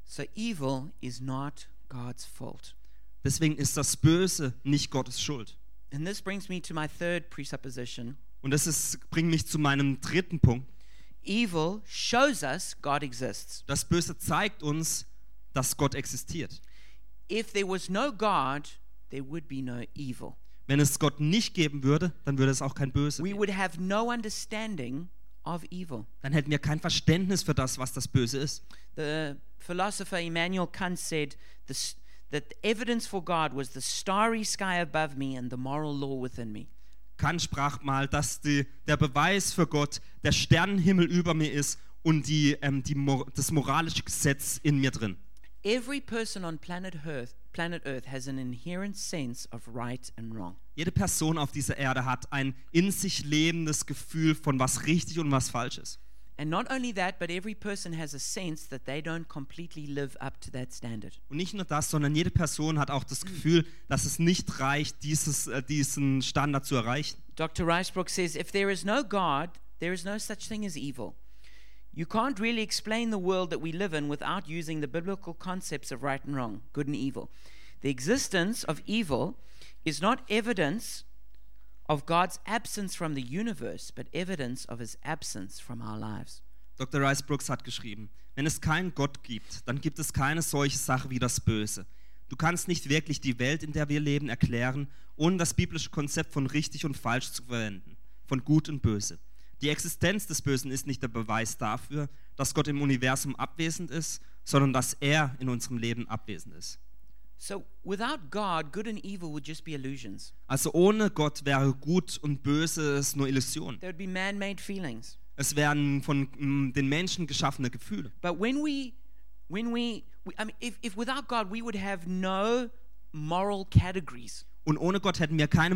[SPEAKER 1] So evil is not God's fault.
[SPEAKER 2] Deswegen ist das Böse nicht Gottes Schuld.
[SPEAKER 1] And this brings me to my third presupposition.
[SPEAKER 2] Und das ist, bringt mich zu meinem dritten Punkt.
[SPEAKER 1] Evil shows us God exists.
[SPEAKER 2] Das Böse zeigt uns, dass Gott existiert.
[SPEAKER 1] If there was no God, there would be no evil.
[SPEAKER 2] Wenn es Gott nicht geben würde, dann würde es auch kein Böse.
[SPEAKER 1] We
[SPEAKER 2] geben.
[SPEAKER 1] would have no understanding of evil.
[SPEAKER 2] Dann hätten wir kein Verständnis für das, was das Böse ist.
[SPEAKER 1] The philosopher Immanuel Kant said this, that the evidence for God was the starry sky above me and the moral law within me.
[SPEAKER 2] Kant sprach mal, dass die, der Beweis für Gott der Sternenhimmel über mir ist und die, ähm, die, Mor- das moralische Gesetz in mir drin.
[SPEAKER 1] Every person on planet Earth, planet Earth has an inherent sense of right and wrong.
[SPEAKER 2] Jede Person auf dieser Erde hat ein in sich lebendes Gefühl von was richtig und was falsch ist.
[SPEAKER 1] And not only that, but every person has a sense that they don't completely live up to that standard.
[SPEAKER 2] Und nicht nur das, sondern jede Person hat auch das Gefühl, dass es nicht reicht, dieses, äh, diesen Standard zu erreichen.
[SPEAKER 1] Dr. Ricebrook says if there is no God, there is no such thing as evil. You can't really explain the world that we live in without using the biblical concepts of right and wrong, good and evil. The existence of evil is not evidence of God's absence from the universe, but evidence of his absence from our lives.
[SPEAKER 2] Dr. Rice Brooks hat geschrieben, wenn es keinen Gott gibt, dann gibt es keine solche Sache wie das Böse. Du kannst nicht wirklich die Welt, in der wir leben, erklären, ohne das biblische Konzept von richtig und falsch zu verwenden, von gut und böse. Die Existenz des Bösen ist nicht der Beweis dafür, dass Gott im Universum abwesend ist, sondern dass er in unserem Leben abwesend ist.
[SPEAKER 1] So without God, good and evil would just be illusions.
[SPEAKER 2] Also ohne Gott wäre gut und böse es nur Illusion.
[SPEAKER 1] There would be man made feelings.
[SPEAKER 2] Es wären von mm, den Menschen geschaffene Gefühle.
[SPEAKER 1] But when we, when we, we I mean, if, if without God we would have no moral categories,
[SPEAKER 2] Und ohne Gott hätten wir keine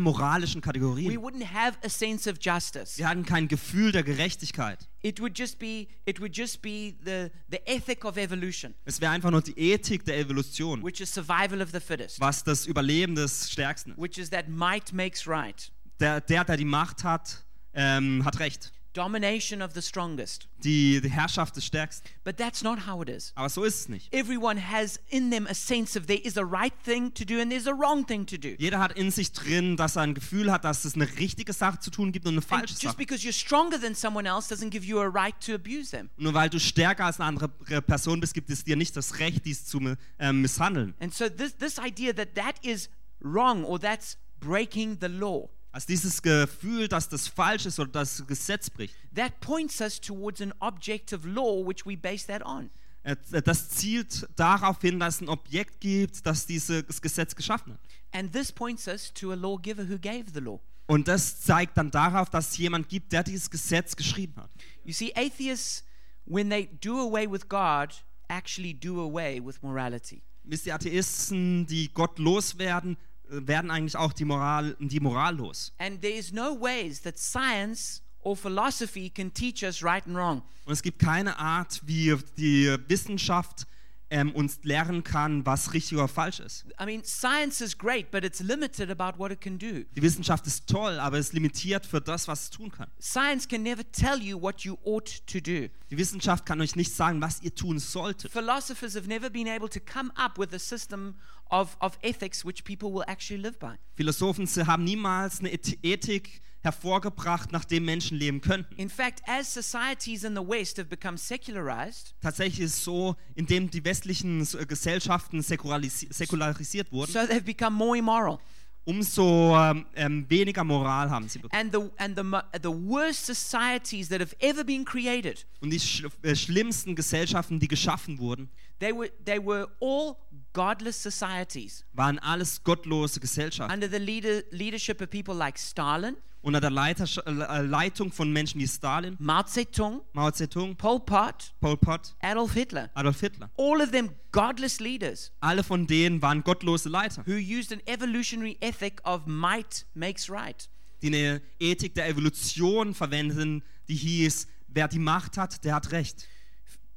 [SPEAKER 1] we
[SPEAKER 2] moralischen Kategorien.
[SPEAKER 1] wouldn't have a sense of justice.
[SPEAKER 2] Wir hatten kein Gefühl der Gerechtigkeit.
[SPEAKER 1] It would just be, it would just be the the ethic of evolution,
[SPEAKER 2] Es wäre einfach nur die Ethik der Evolution,
[SPEAKER 1] which is survival of the fittest,
[SPEAKER 2] was das Überleben des Stärksten. ist.
[SPEAKER 1] which is that might makes right,
[SPEAKER 2] Der, der, der die Macht hat, ähm, hat Recht.
[SPEAKER 1] domination of the strongest.
[SPEAKER 2] Die, die Herrschaft des Stärksten.
[SPEAKER 1] But that's not how it is.
[SPEAKER 2] Aber so ist es nicht.
[SPEAKER 1] Everyone has in them a sense of there is a right thing to do and there's a wrong thing to do.
[SPEAKER 2] Jeder hat in sich drin, dass er ein Gefühl hat, dass es eine richtige Sache zu tun gibt und eine
[SPEAKER 1] And
[SPEAKER 2] falsche
[SPEAKER 1] just
[SPEAKER 2] Sache.
[SPEAKER 1] because you're stronger than someone else doesn't give you a right to abuse them.
[SPEAKER 2] Nur weil du stärker als eine andere Person bist, gibt es dir nicht das Recht, dies zu mi- ähm, misshandeln.
[SPEAKER 1] And so this this idea that that is wrong or that's breaking the law
[SPEAKER 2] Also dieses Gefühl, dass das falsch ist oder das Gesetz bricht,
[SPEAKER 1] that points us towards an objective law which we base that on.
[SPEAKER 2] äh, das zielt darauf hin, dass es ein Objekt gibt, das dieses Gesetz geschaffen hat.
[SPEAKER 1] And this points us to a lawgiver who gave the law.
[SPEAKER 2] Und das zeigt dann darauf, dass es jemand gibt, der dieses Gesetz geschrieben hat.
[SPEAKER 1] You see, atheists, when they do away with God, actually do away with morality.
[SPEAKER 2] Wisst ihr, Atheisten, die Gott loswerden, äh, werden eigentlich auch die Moral, die Moral los.
[SPEAKER 1] And there is no ways that science or philosophy can teach us right and wrong.
[SPEAKER 2] Und es gibt keine Art, wie die Wissenschaft ähm, uns lehren kann, was richtig oder falsch ist.
[SPEAKER 1] I mean, science is great, but it's limited about what it can do.
[SPEAKER 2] Die Wissenschaft ist toll, aber ist limitiert für das, was es tun kann.
[SPEAKER 1] Science can never tell you what you ought to do.
[SPEAKER 2] Die Wissenschaft kann euch nicht sagen, was ihr tun solltet.
[SPEAKER 1] Philosophers have never been able to come up with a system of, of ethics which people will actually live by.
[SPEAKER 2] Philosophen sie haben niemals eine Eth- Ethik hervorgebracht, nach dem Menschen leben könnten.
[SPEAKER 1] In fact, as societies in the West have become secularized,
[SPEAKER 2] Tatsächlich ist es so, indem die westlichen äh, Gesellschaften säkularisi- säkularisiert wurden,
[SPEAKER 1] so they've become more immoral.
[SPEAKER 2] umso ähm, ähm, weniger Moral haben sie bekommen.
[SPEAKER 1] and the and the mo- the worst societies that have ever been created
[SPEAKER 2] Und die sch äh, schlimmsten Gesellschaften, die geschaffen wurden,
[SPEAKER 1] they were they were all godless societies
[SPEAKER 2] waren alles gottlose Gesellschaften.
[SPEAKER 1] under the leader, leadership of people like Stalin,
[SPEAKER 2] Unter der Leitersch äh, Leitung von Menschen wie Stalin,
[SPEAKER 1] Mao Zedong,
[SPEAKER 2] Mao Zedong,
[SPEAKER 1] Pol Pot,
[SPEAKER 2] Pol Pot,
[SPEAKER 1] Adolf Hitler.
[SPEAKER 2] Adolf Hitler.
[SPEAKER 1] All of them godless leaders
[SPEAKER 2] Alle von denen waren gottlose Leiter,
[SPEAKER 1] who used an evolutionary ethic of might makes right.
[SPEAKER 2] die eine Ethik der Evolution verwendeten, die hieß, wer die Macht hat, der hat Recht.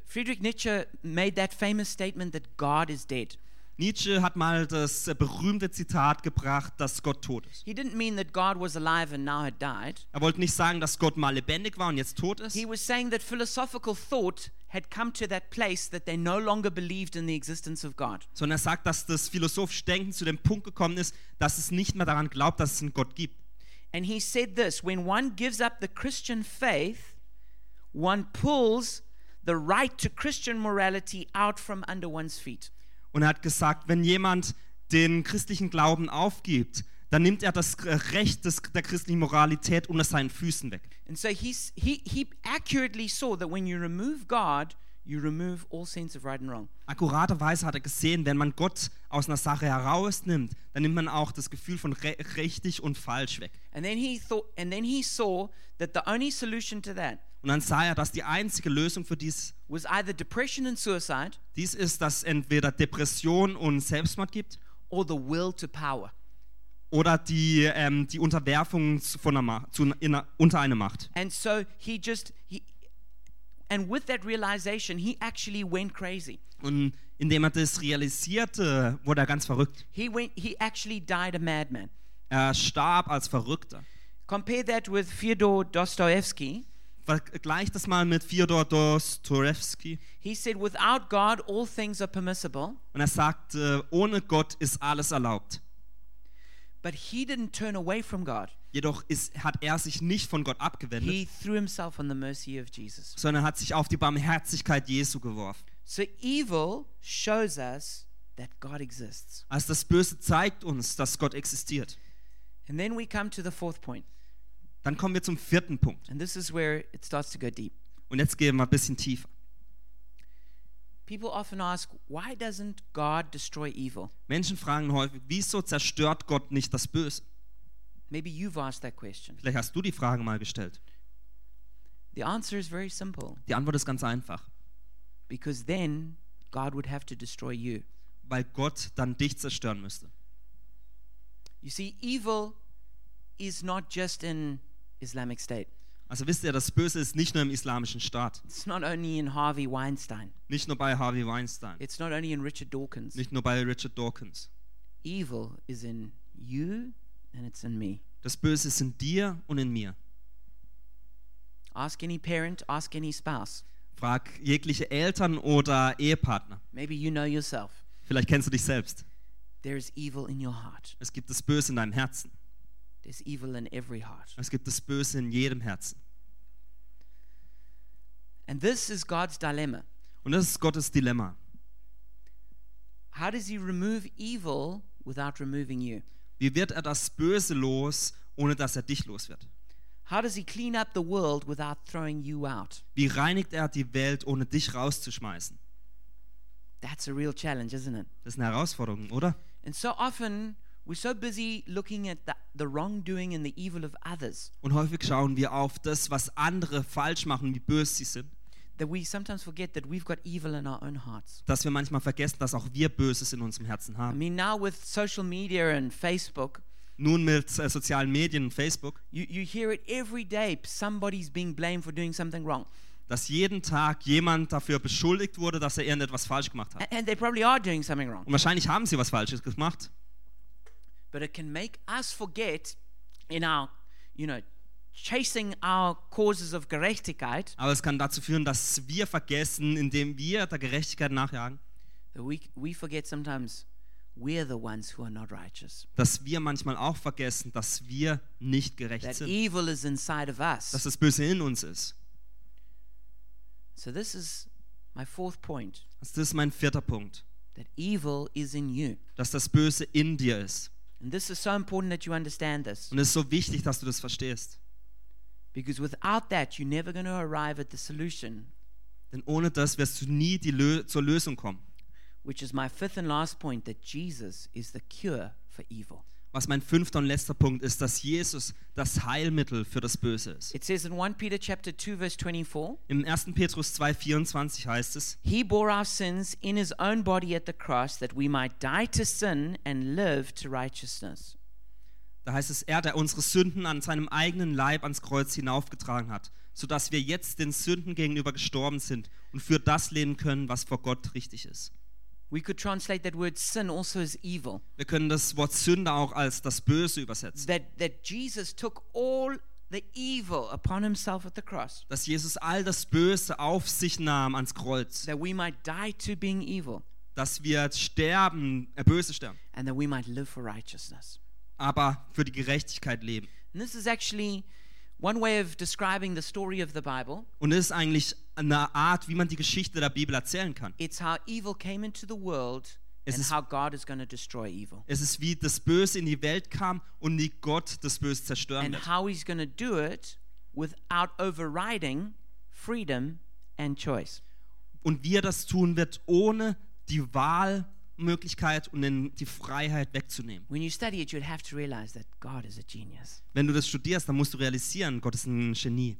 [SPEAKER 1] Friedrich Nietzsche made that famous statement that God is dead.
[SPEAKER 2] Nietzsche hat mal das äh, berühmte Zitat gebracht, dass Gott tot ist.
[SPEAKER 1] He didn't mean that God was alive and now had died.
[SPEAKER 2] Er wollte nicht sagen, dass Gott mal lebendig war und jetzt tot ist.
[SPEAKER 1] He was saying that philosophical thought had come to that place that they no longer believed in the existence of God.
[SPEAKER 2] sondern er sagt, dass das philosophische Denken zu dem Punkt gekommen ist, dass es nicht mehr daran glaubt, dass es einen Gott gibt.
[SPEAKER 1] And he said this when one gives up the Christian faith, one pulls the right to Christian morality out from under one's feet.
[SPEAKER 2] Und er hat gesagt, wenn jemand den christlichen Glauben aufgibt, dann nimmt er das äh, Recht des, der christlichen Moralität unter seinen Füßen weg.
[SPEAKER 1] And so he's, he, he accurately saw that when you remove God, you remove all sense of right and wrong.
[SPEAKER 2] Akkuraterweise hat er gesehen, wenn man Gott aus einer Sache herausnimmt, dann nimmt man auch das Gefühl von re richtig und falsch weg.
[SPEAKER 1] And then he thought, and then he saw that the only solution to that
[SPEAKER 2] Und dann sah er, dass die einzige Lösung für dies,
[SPEAKER 1] was either depression and suicide
[SPEAKER 2] dies ist, dass entweder Depression und Selbstmord gibt
[SPEAKER 1] or the will to power.
[SPEAKER 2] oder die, ähm, die Unterwerfung zu- von einer Ma zu einer, unter eine Macht.
[SPEAKER 1] And so he just he and with that realization he actually went crazy.
[SPEAKER 2] Und indem er das realisierte, wurde er ganz verrückt.
[SPEAKER 1] He went he actually died a madman.
[SPEAKER 2] Er starb als Verrückter.
[SPEAKER 1] Compare that with Fyodor Dostoevsky.
[SPEAKER 2] Vergleich das mal mit Fyodor Dostoevsky.
[SPEAKER 1] He said without God all things are permissible,
[SPEAKER 2] Und er sagt, äh, ohne Gott ist alles erlaubt.
[SPEAKER 1] but he didn't turn away from God.
[SPEAKER 2] Jedoch ist, hat er sich nicht von Gott abgewendet,
[SPEAKER 1] He threw himself on the mercy of Jesus.
[SPEAKER 2] sondern hat sich auf die Barmherzigkeit Jesu geworfen.
[SPEAKER 1] So evil shows us that God exists.
[SPEAKER 2] Also das Böse zeigt uns, dass Gott existiert.
[SPEAKER 1] And then we come to the fourth point,
[SPEAKER 2] Dann kommen wir zum vierten Punkt.
[SPEAKER 1] and this is where it starts to go deep.
[SPEAKER 2] Und jetzt gehen wir ein bisschen tiefer.
[SPEAKER 1] People often ask, why doesn't God destroy evil?
[SPEAKER 2] Menschen fragen häufig, wieso zerstört Gott nicht das Böse?
[SPEAKER 1] Maybe you've asked that question.
[SPEAKER 2] Vielleicht hast du die Frage mal gestellt.
[SPEAKER 1] The answer is very simple
[SPEAKER 2] Die Antwort ist ganz einfach.
[SPEAKER 1] because then God would have to destroy you.
[SPEAKER 2] Weil Gott dann dich zerstören müsste.
[SPEAKER 1] You see, evil is not just in Islamic State.
[SPEAKER 2] Also wisst ihr, das Böse ist nicht nur im islamischen Staat,
[SPEAKER 1] It's not only in Harvey Weinstein.
[SPEAKER 2] nicht nur bei Harvey Weinstein,
[SPEAKER 1] It's not only in Richard Dawkins.
[SPEAKER 2] nicht nur bei Richard Dawkins.
[SPEAKER 1] Evil is in you and it's in me.
[SPEAKER 2] Das Böse ist in dir und in mir.
[SPEAKER 1] Ask any parent, ask any spouse.
[SPEAKER 2] Frag jegliche Eltern oder Ehepartner.
[SPEAKER 1] Maybe you know yourself.
[SPEAKER 2] Vielleicht kennst du dich selbst.
[SPEAKER 1] There is evil in your heart.
[SPEAKER 2] Es gibt das Böse in deinem Herzen.
[SPEAKER 1] There's evil in every heart.
[SPEAKER 2] Es gibt das Böse in jedem Herzen.
[SPEAKER 1] And this is God's dilemma.
[SPEAKER 2] Und das ist Gottes Dilemma.
[SPEAKER 1] How does He remove evil without removing you?
[SPEAKER 2] Wie wird er das Böse los, ohne dass er dich los wird?
[SPEAKER 1] How does He clean up the world without throwing you out?
[SPEAKER 2] Wie reinigt er die Welt, ohne dich rauszuschmeißen?
[SPEAKER 1] That's a real challenge, isn't it?
[SPEAKER 2] Das ist eine Herausforderung, oder?
[SPEAKER 1] And so often we're so busy looking at the, the wrongdoing and the evil of others
[SPEAKER 2] Und häufig schauen wir auf das, was andere falsch machen, wie böse sie sind,
[SPEAKER 1] that we sometimes forget that we've got evil in our own hearts.
[SPEAKER 2] dass wir manchmal vergessen, dass auch wir Böses in unserem Herzen
[SPEAKER 1] I
[SPEAKER 2] haben.
[SPEAKER 1] mean, now with social media and Facebook,
[SPEAKER 2] Nun mit äh, sozialen Medien und Facebook,
[SPEAKER 1] you, you hear it every day. Somebody's being blamed for doing something wrong.
[SPEAKER 2] dass jeden Tag jemand dafür beschuldigt wurde, dass er irgendetwas falsch gemacht hat.
[SPEAKER 1] A- And they probably are doing something wrong.
[SPEAKER 2] Und wahrscheinlich haben sie was Falsches gemacht,
[SPEAKER 1] But it can make us forget in our, you know, chasing our causes of gerechtigkeit
[SPEAKER 2] aber es kann dazu führen, dass wir vergessen, indem wir der Gerechtigkeit nachjagen,
[SPEAKER 1] that we, we forget sometimes we're the ones who are not righteous.
[SPEAKER 2] dass wir manchmal auch vergessen, dass wir nicht gerecht
[SPEAKER 1] That
[SPEAKER 2] sind,
[SPEAKER 1] evil is inside of us.
[SPEAKER 2] dass das Böse in uns ist.
[SPEAKER 1] So, this is my fourth point
[SPEAKER 2] Also das ist mein vierter Punkt,
[SPEAKER 1] that evil is in you.
[SPEAKER 2] dass das Böse in dir ist.
[SPEAKER 1] And this is so important that you understand this
[SPEAKER 2] Und es ist so wichtig, dass du das verstehst.
[SPEAKER 1] because without that, you're never going to arrive at the solution,
[SPEAKER 2] Denn ohne das wirst du nie die Lö zur Lösung kommen.
[SPEAKER 1] which is my fifth and last point that Jesus is the cure for evil.
[SPEAKER 2] Was mein fünfter und letzter Punkt ist, dass Jesus das Heilmittel für das Böse ist.
[SPEAKER 1] It says in 1 Peter chapter 2 verse 24,
[SPEAKER 2] Im 1. Petrus 2,24 heißt es,
[SPEAKER 1] he bore our sins in his own body at the cross that we might die to sin and live to righteousness.
[SPEAKER 2] da heißt es, er, der unsere Sünden an seinem eigenen Leib ans Kreuz hinaufgetragen hat, sodass wir jetzt den Sünden gegenüber gestorben sind und für das leben können, was vor Gott richtig ist.
[SPEAKER 1] We could translate that word sin also as evil.
[SPEAKER 2] Wir können das Wort Sünde auch als das Böse übersetzen.
[SPEAKER 1] That that Jesus took all the evil upon himself at the cross
[SPEAKER 2] Dass Jesus all das Böse auf sich nahm ans Kreuz.
[SPEAKER 1] that we might die to being evil
[SPEAKER 2] Dass wir sterben, äh, böse sterben.
[SPEAKER 1] and that we might live for righteousness.
[SPEAKER 2] aber für die Gerechtigkeit leben.
[SPEAKER 1] And this is actually one way of describing the story of the Bible.
[SPEAKER 2] Und das ist eigentlich eine Art, wie man die Geschichte der Bibel erzählen kann.
[SPEAKER 1] It's how evil came into the world
[SPEAKER 2] Es
[SPEAKER 1] and
[SPEAKER 2] ist-
[SPEAKER 1] how God is going to destroy evil.
[SPEAKER 2] Es ist wie das Böse in die Welt kam und wie Gott das Böse zerstören
[SPEAKER 1] And
[SPEAKER 2] wird.
[SPEAKER 1] how he's going to do it without overriding freedom and choice.
[SPEAKER 2] Und wie er das tun wird, ohne die Wahlmöglichkeit und den, die Freiheit wegzunehmen.
[SPEAKER 1] When you study it, you'd have to realize that God is a genius.
[SPEAKER 2] Wenn du das studierst, dann musst du realisieren, Gott ist ein Genie.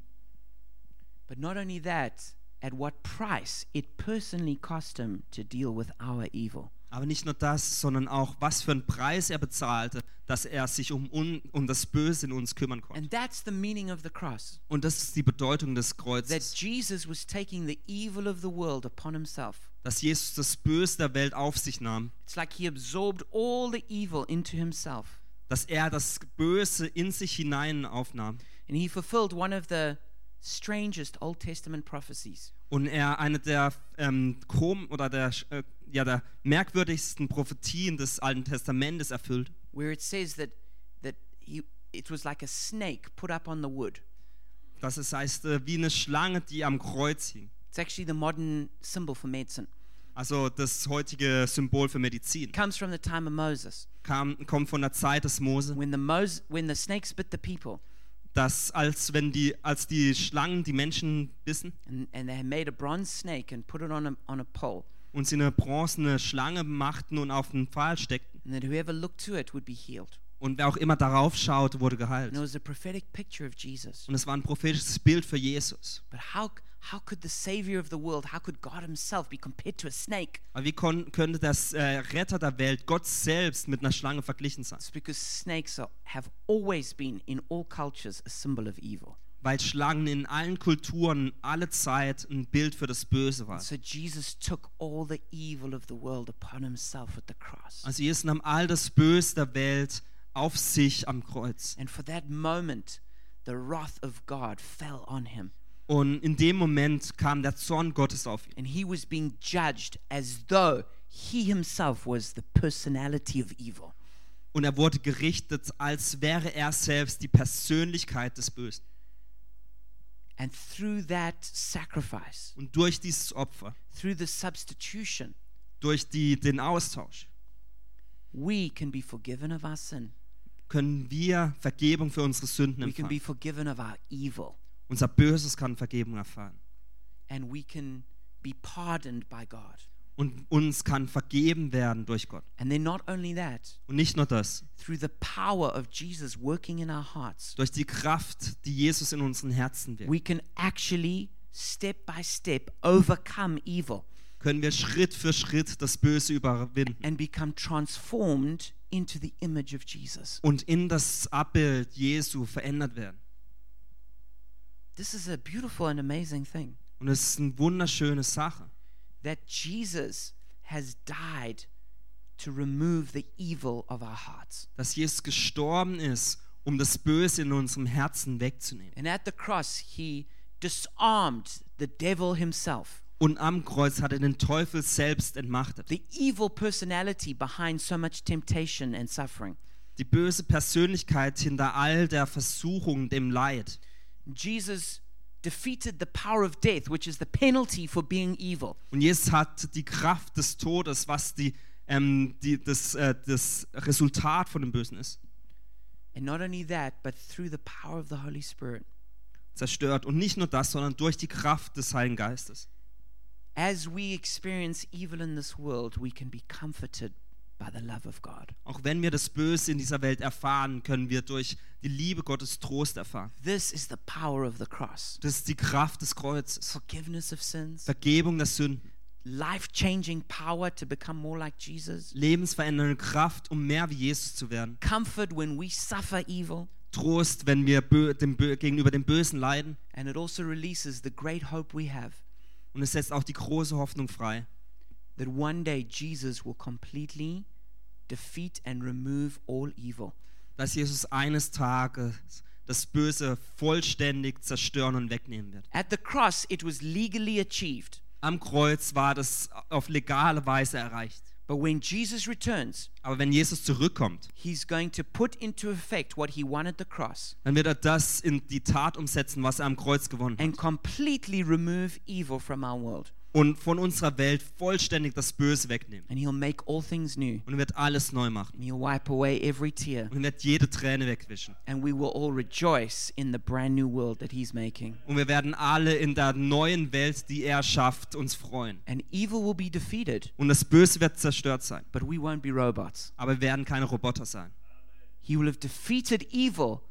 [SPEAKER 1] But But not only that, at what price it personally cost him to deal with our evil.
[SPEAKER 2] Aber nicht nur das, sondern auch, was für einen Preis er bezahlte, dass er sich um, un, um das Böse in uns kümmern konnte.
[SPEAKER 1] And that's the meaning of the cross
[SPEAKER 2] Und das ist die Bedeutung des
[SPEAKER 1] that
[SPEAKER 2] Kreuzes,
[SPEAKER 1] Jesus was taking the evil of the world upon himself.
[SPEAKER 2] dass Jesus das Böse der Welt auf sich nahm,
[SPEAKER 1] It's like he absorbed all the evil into himself.
[SPEAKER 2] dass er das Böse in sich hinein aufnahm.
[SPEAKER 1] And he fulfilled one of the strangest Old Testament prophecies.
[SPEAKER 2] Und er eine der ähm, kom oder der, äh, ja, der merkwürdigsten Prophetien des Alten Testamentes erfüllt,
[SPEAKER 1] where it says that that he it was like a snake put up on the wood.
[SPEAKER 2] dass es heißt, äh, wie eine Schlange, die am Kreuz hing.
[SPEAKER 1] It's actually the modern symbol for medicine.
[SPEAKER 2] Also das heutige Symbol für Medizin.
[SPEAKER 1] It comes from the time of Moses
[SPEAKER 2] Kam, kommt von der Zeit des Mose,
[SPEAKER 1] when the Mos- when the snakes bit the people
[SPEAKER 2] dass als wenn die, als die Schlangen die Menschen bissen
[SPEAKER 1] and, and they made a bronze snake and put it on a, on a pole
[SPEAKER 2] und sie eine bronzene Schlange machten und auf den Pfahl steckten.
[SPEAKER 1] and that whoever looked to it would be healed.
[SPEAKER 2] Und wer auch immer darauf schaute, wurde geheilt.
[SPEAKER 1] And it was a prophetic picture of Jesus.
[SPEAKER 2] Und es war ein prophetisches Bild für Jesus.
[SPEAKER 1] But how c- how could the savior of the world, how could God himself be compared to a snake?
[SPEAKER 2] Aber wie kon könnte das äh, Retter der Welt, Gott selbst, mit einer Schlange verglichen sein?
[SPEAKER 1] It's because snakes are, have always been in all cultures a symbol of evil.
[SPEAKER 2] Weil Schlangen in allen Kulturen, alle Zeit ein Bild für das Böse waren.
[SPEAKER 1] So Jesus took all the evil of the world upon himself at the cross.
[SPEAKER 2] Also Jesus nahm all das Böse der Welt auf sich am Kreuz.
[SPEAKER 1] And for that moment, the wrath of God fell on him.
[SPEAKER 2] Und in dem Moment kam der Zorn Gottes auf ihn.
[SPEAKER 1] And he was being judged as though he himself was the personality of evil.
[SPEAKER 2] Und er wurde gerichtet, als wäre er selbst die Persönlichkeit des Bösen.
[SPEAKER 1] And through that sacrifice,
[SPEAKER 2] Und durch dieses Opfer,
[SPEAKER 1] through the substitution,
[SPEAKER 2] durch die, den Austausch,
[SPEAKER 1] we can be forgiven of our sin.
[SPEAKER 2] können wir Vergebung für unsere Sünden
[SPEAKER 1] We can be
[SPEAKER 2] empfangen.
[SPEAKER 1] forgiven of our evil.
[SPEAKER 2] Unser Böses kann Vergebung erfahren.
[SPEAKER 1] And we can be pardoned by God.
[SPEAKER 2] und uns kann vergeben werden durch Gott.
[SPEAKER 1] And then, not only that,
[SPEAKER 2] Und nicht nur das,
[SPEAKER 1] through the power of Jesus working in our hearts,
[SPEAKER 2] durch die Kraft, die Jesus in unseren Herzen wirkt,
[SPEAKER 1] we can actually step by step overcome evil
[SPEAKER 2] können wir Schritt für Schritt das Böse überwinden
[SPEAKER 1] and become transformed into the image of Jesus.
[SPEAKER 2] und in das Abbild Jesu verändert werden.
[SPEAKER 1] This is a beautiful and amazing thing
[SPEAKER 2] Und es ist eine wunderschöne Sache,
[SPEAKER 1] that Jesus has died to remove the evil of our hearts.
[SPEAKER 2] dass Jesus gestorben ist, um das Böse in unserem Herzen wegzunehmen.
[SPEAKER 1] And at the cross, he disarmed the devil himself,
[SPEAKER 2] Und am Kreuz hat er den Teufel selbst entmachtet.
[SPEAKER 1] the evil personality behind so much temptation and suffering.
[SPEAKER 2] Die böse Persönlichkeit hinter all der Versuchung, dem Leid.
[SPEAKER 1] Jesus defeated the power of death, which is the penalty for being evil.
[SPEAKER 2] Und Jesus hat die Kraft des Todes, was die, ähm, die, das, äh, das Resultat von dem Bösen ist,
[SPEAKER 1] And not only that, but through the power of the Holy Spirit.
[SPEAKER 2] zerstört. Und nicht nur das, sondern durch die Kraft des Heiligen Geistes.
[SPEAKER 1] As we experience evil in this world, we can be comforted by the love of God.
[SPEAKER 2] Auch wenn wir das Böse in dieser Welt erfahren, können wir durch die Liebe Gottes Trost erfahren.
[SPEAKER 1] This is the power of the cross
[SPEAKER 2] Das ist die Kraft des Kreuzes.
[SPEAKER 1] forgiveness of sins,
[SPEAKER 2] Vergebung der Sünden.
[SPEAKER 1] life changing power to become more like Jesus,
[SPEAKER 2] Lebensverändernde Kraft, um mehr wie Jesus zu werden.
[SPEAKER 1] comfort when we suffer evil,
[SPEAKER 2] Trost, wenn wir bö dem bö gegenüber dem Bösen leiden.
[SPEAKER 1] and it also releases the great hope we have
[SPEAKER 2] Und es setzt auch die große Hoffnung frei,
[SPEAKER 1] that one day Jesus will completely defeat and remove all evil.
[SPEAKER 2] dass Jesus eines Tages das Böse vollständig zerstören und wegnehmen wird.
[SPEAKER 1] At the cross, it was legally achieved.
[SPEAKER 2] Am Kreuz war das auf legale Weise erreicht.
[SPEAKER 1] But when Jesus returns,
[SPEAKER 2] Aber wenn Jesus zurückkommt,
[SPEAKER 1] he's going to put into effect what he won at the cross
[SPEAKER 2] dann wird er das in die Tat umsetzen, was er am Kreuz gewonnen hat.
[SPEAKER 1] and completely remove evil from our world.
[SPEAKER 2] Und von unserer Welt vollständig das Böse wegnehmen.
[SPEAKER 1] And he'll make all things new.
[SPEAKER 2] Und er wird alles neu machen.
[SPEAKER 1] And he'll wipe away every tear.
[SPEAKER 2] Und er wird jede Träne wegwischen.
[SPEAKER 1] And we will all rejoice in the brand new world that he's making.
[SPEAKER 2] Und wir werden alle in der neuen Welt, die er schafft, uns freuen.
[SPEAKER 1] And evil will be defeated,
[SPEAKER 2] Und das Böse wird zerstört sein.
[SPEAKER 1] but we won't be robots.
[SPEAKER 2] Aber wir werden keine Roboter sein.
[SPEAKER 1] He will have defeated evil,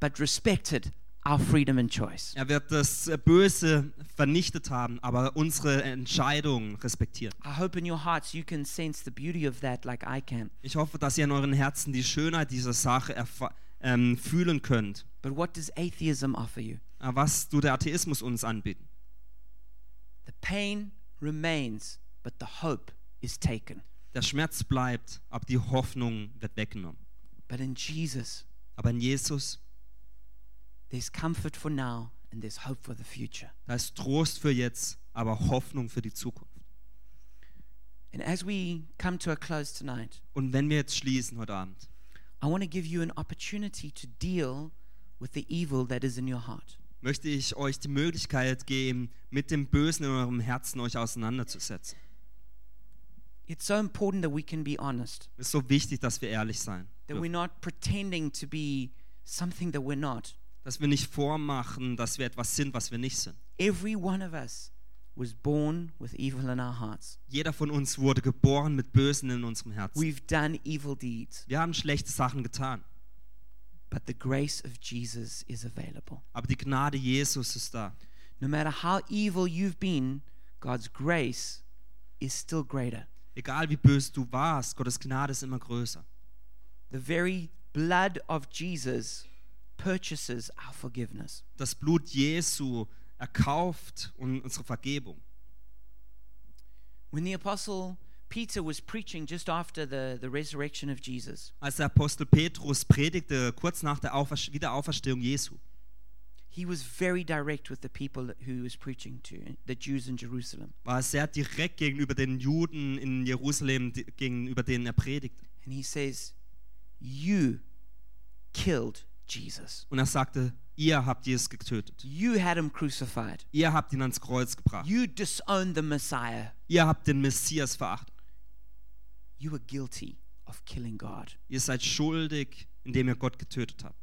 [SPEAKER 1] but respected our freedom and choice.
[SPEAKER 2] Er wird das Böse vernichtet haben, aber unsere Entscheidungen respektieren.
[SPEAKER 1] I hope in your hearts you can sense the beauty of that like I can.
[SPEAKER 2] Ich hoffe, dass ihr in euren Herzen die Schönheit dieser Sache erfa- ähm, fühlen könnt.
[SPEAKER 1] But what does atheism offer you?
[SPEAKER 2] Äh, Was tut der Atheismus uns anbieten?
[SPEAKER 1] The pain remains, but the hope is taken.
[SPEAKER 2] Der Schmerz bleibt, aber die Hoffnung wird weggenommen.
[SPEAKER 1] But in Jesus,
[SPEAKER 2] Aber in Jesus,
[SPEAKER 1] there's comfort for now and there's hope for the future.
[SPEAKER 2] da ist Trost für jetzt, aber Hoffnung für die Zukunft.
[SPEAKER 1] And as we come to a close tonight,
[SPEAKER 2] Und wenn wir jetzt schließen heute Abend,
[SPEAKER 1] I want to give you an opportunity to deal with the evil that is in your heart.
[SPEAKER 2] möchte ich euch die Möglichkeit geben, mit dem Bösen in eurem Herzen euch auseinanderzusetzen.
[SPEAKER 1] It's so important that we can be honest,
[SPEAKER 2] Es ist so wichtig, dass wir ehrlich sein.
[SPEAKER 1] that
[SPEAKER 2] dürfen.
[SPEAKER 1] we're not pretending to be something that we're not.
[SPEAKER 2] Dass wir nicht vormachen, dass wir etwas sind, was wir nicht sind.
[SPEAKER 1] Every one of us was born with evil in our hearts.
[SPEAKER 2] Jeder von uns wurde geboren mit Bösen in unserem Herzen.
[SPEAKER 1] We've done evil deeds,
[SPEAKER 2] Wir haben schlechte Sachen getan,
[SPEAKER 1] but the grace of Jesus is available.
[SPEAKER 2] aber die Gnade Jesus ist da.
[SPEAKER 1] No matter how evil you've been, God's grace is still greater.
[SPEAKER 2] Egal wie böse du warst, Gottes Gnade ist immer größer.
[SPEAKER 1] The very blood of Jesus purchases our forgiveness.
[SPEAKER 2] Das Blut Jesu erkauft un- unsere Vergebung.
[SPEAKER 1] When the apostle Peter was preaching just after the, the resurrection of Jesus,
[SPEAKER 2] Als der Apostel Petrus predigte, kurz nach der Auferst Wiederauferstehung Jesu,
[SPEAKER 1] he was very direct with the people who he was preaching to, the Jews in Jerusalem.
[SPEAKER 2] war er sehr direkt gegenüber den Juden in Jerusalem, die- gegenüber denen er predigte.
[SPEAKER 1] And he says, You killed Jesus.
[SPEAKER 2] Und er sagte, ihr habt Jesus getötet.
[SPEAKER 1] You had him crucified.
[SPEAKER 2] Ihr habt ihn ans Kreuz gebracht.
[SPEAKER 1] You disowned the Messiah.
[SPEAKER 2] Ihr habt den Messias verachtet.
[SPEAKER 1] You were guilty of killing God.
[SPEAKER 2] Ihr seid schuldig, indem ihr Gott getötet habt.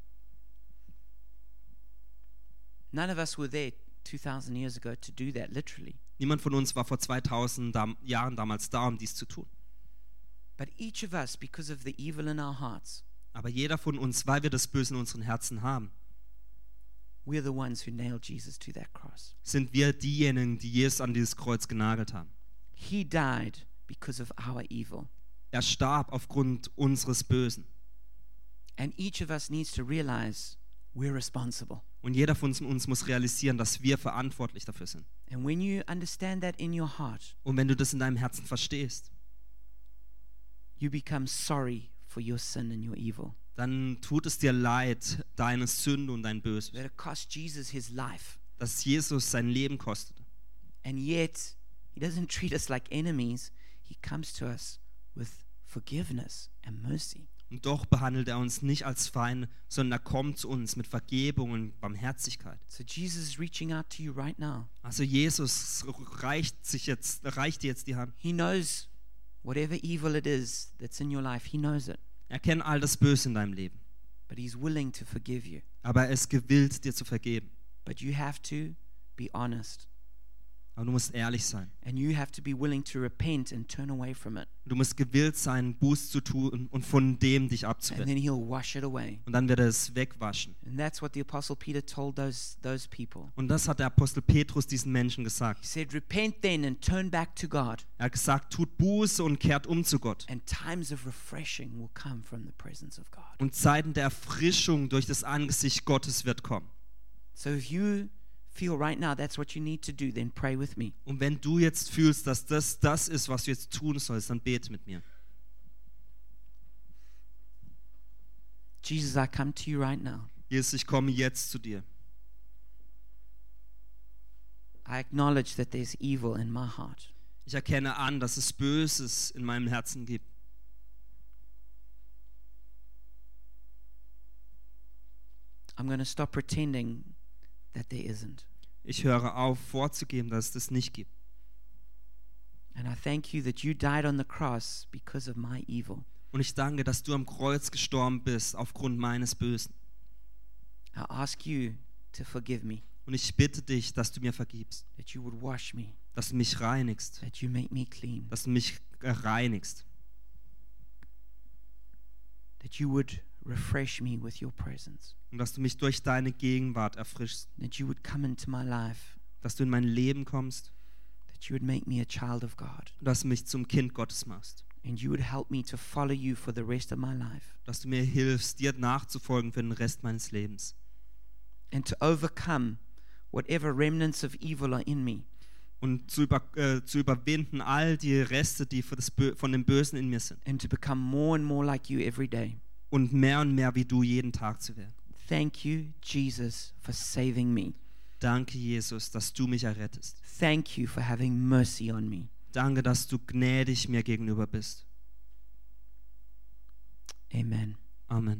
[SPEAKER 1] None of us were there 2,000 years ago to do that, literally.
[SPEAKER 2] Niemand von uns war vor 2000 dam Jahren damals da, um dies zu tun.
[SPEAKER 1] But each of us, because of the evil in our hearts,
[SPEAKER 2] Aber jeder von uns, weil wir das Böse in unseren Herzen haben,
[SPEAKER 1] we're the ones who nailed Jesus to that cross.
[SPEAKER 2] sind wir diejenigen, die Jesus an dieses Kreuz genagelt haben.
[SPEAKER 1] He died because of our evil.
[SPEAKER 2] Er starb aufgrund unseres Bösen.
[SPEAKER 1] And each of us needs to realize we're responsible.
[SPEAKER 2] Und jeder von uns muss realisieren, dass wir verantwortlich dafür sind.
[SPEAKER 1] And when you understand that in your heart,
[SPEAKER 2] Und wenn du das in deinem Herzen verstehst,
[SPEAKER 1] you become sorry for your sin and your evil.
[SPEAKER 2] dann tut es dir leid, deine Sünde und dein Böses,
[SPEAKER 1] That it cost Jesus his life.
[SPEAKER 2] dass Jesus sein Leben kostete.
[SPEAKER 1] And yet, he doesn't treat us like enemies. He comes to us with forgiveness and mercy.
[SPEAKER 2] Und doch behandelt er uns nicht als Feinde, sondern er kommt zu uns mit Vergebung und Barmherzigkeit.
[SPEAKER 1] So Jesus is reaching out to you right now.
[SPEAKER 2] Also Jesus reicht sich jetzt, reicht dir jetzt die Hand.
[SPEAKER 1] He knows whatever evil it is that's in your life, He knows it.
[SPEAKER 2] Er kennt all das Böse in deinem Leben,
[SPEAKER 1] But He's willing to forgive you.
[SPEAKER 2] aber er ist gewillt, dir zu vergeben.
[SPEAKER 1] But you have to be honest.
[SPEAKER 2] Aber du musst ehrlich sein.
[SPEAKER 1] And you have to be willing to repent and turn away from it.
[SPEAKER 2] Du musst gewillt sein, Buß zu tun und von dem dich
[SPEAKER 1] And
[SPEAKER 2] abzuwenden.
[SPEAKER 1] then He'll wash it away.
[SPEAKER 2] Und dann wird er es wegwaschen.
[SPEAKER 1] And that's what the Apostle Peter told those, those people.
[SPEAKER 2] Und das hat der Apostel Petrus diesen Menschen gesagt.
[SPEAKER 1] He said, Repent then and turn back to God,
[SPEAKER 2] Er hat gesagt, tut Buße und kehrt um zu Gott.
[SPEAKER 1] and times of refreshing will come from the presence of God.
[SPEAKER 2] Und Zeiten der Erfrischung durch das Angesicht Gottes wird kommen.
[SPEAKER 1] So if you feel right now that's what you need to do, then pray with me.
[SPEAKER 2] Und wenn du jetzt fühlst, dass das das ist, was du jetzt tun sollst, dann bete mit mir.
[SPEAKER 1] Jesus, I come to you right now.
[SPEAKER 2] Jesus, ich komme jetzt zu dir.
[SPEAKER 1] I acknowledge that there's evil in my heart.
[SPEAKER 2] Ich erkenne an, dass es Böses in meinem Herzen gibt.
[SPEAKER 1] I'm going to stop pretending that there isn't.
[SPEAKER 2] Ich höre auf, vorzugeben, dass es das nicht gibt.
[SPEAKER 1] And I thank you that you died on the cross because of my evil.
[SPEAKER 2] Und ich danke, dass du am Kreuz gestorben bist aufgrund meines Bösen.
[SPEAKER 1] I ask you to forgive me,
[SPEAKER 2] Und ich bitte dich, dass du mir vergibst,
[SPEAKER 1] that you would wash me,
[SPEAKER 2] dass du mich reinigst,
[SPEAKER 1] that you make me clean,
[SPEAKER 2] dass du mich äh, reinigst,
[SPEAKER 1] that you would refresh me with your presence.
[SPEAKER 2] und dass du mich durch deine Gegenwart erfrischst,
[SPEAKER 1] that you would come into my life,
[SPEAKER 2] dass du in mein Leben kommst,
[SPEAKER 1] that you would make me a child of God,
[SPEAKER 2] dass du mich zum Kind Gottes machst,
[SPEAKER 1] and you would help me to follow you for the rest of my life
[SPEAKER 2] dass du mir hilfst, dir nachzufolgen für den Rest meines Lebens
[SPEAKER 1] and to overcome whatever remnants of evil are in me.
[SPEAKER 2] und zu, über, äh, zu überwinden all die Reste, die für das Bö von dem Bösen in mir sind
[SPEAKER 1] and to become more and more like you every day.
[SPEAKER 2] und mehr und mehr wie du jeden Tag zu werden.
[SPEAKER 1] Thank you, Jesus, for saving me.
[SPEAKER 2] Danke, Jesus, dass du mich errettest.
[SPEAKER 1] Thank you for having mercy on me.
[SPEAKER 2] Danke, dass du gnädig mir gegenüber bist.
[SPEAKER 1] Amen.
[SPEAKER 2] Amen.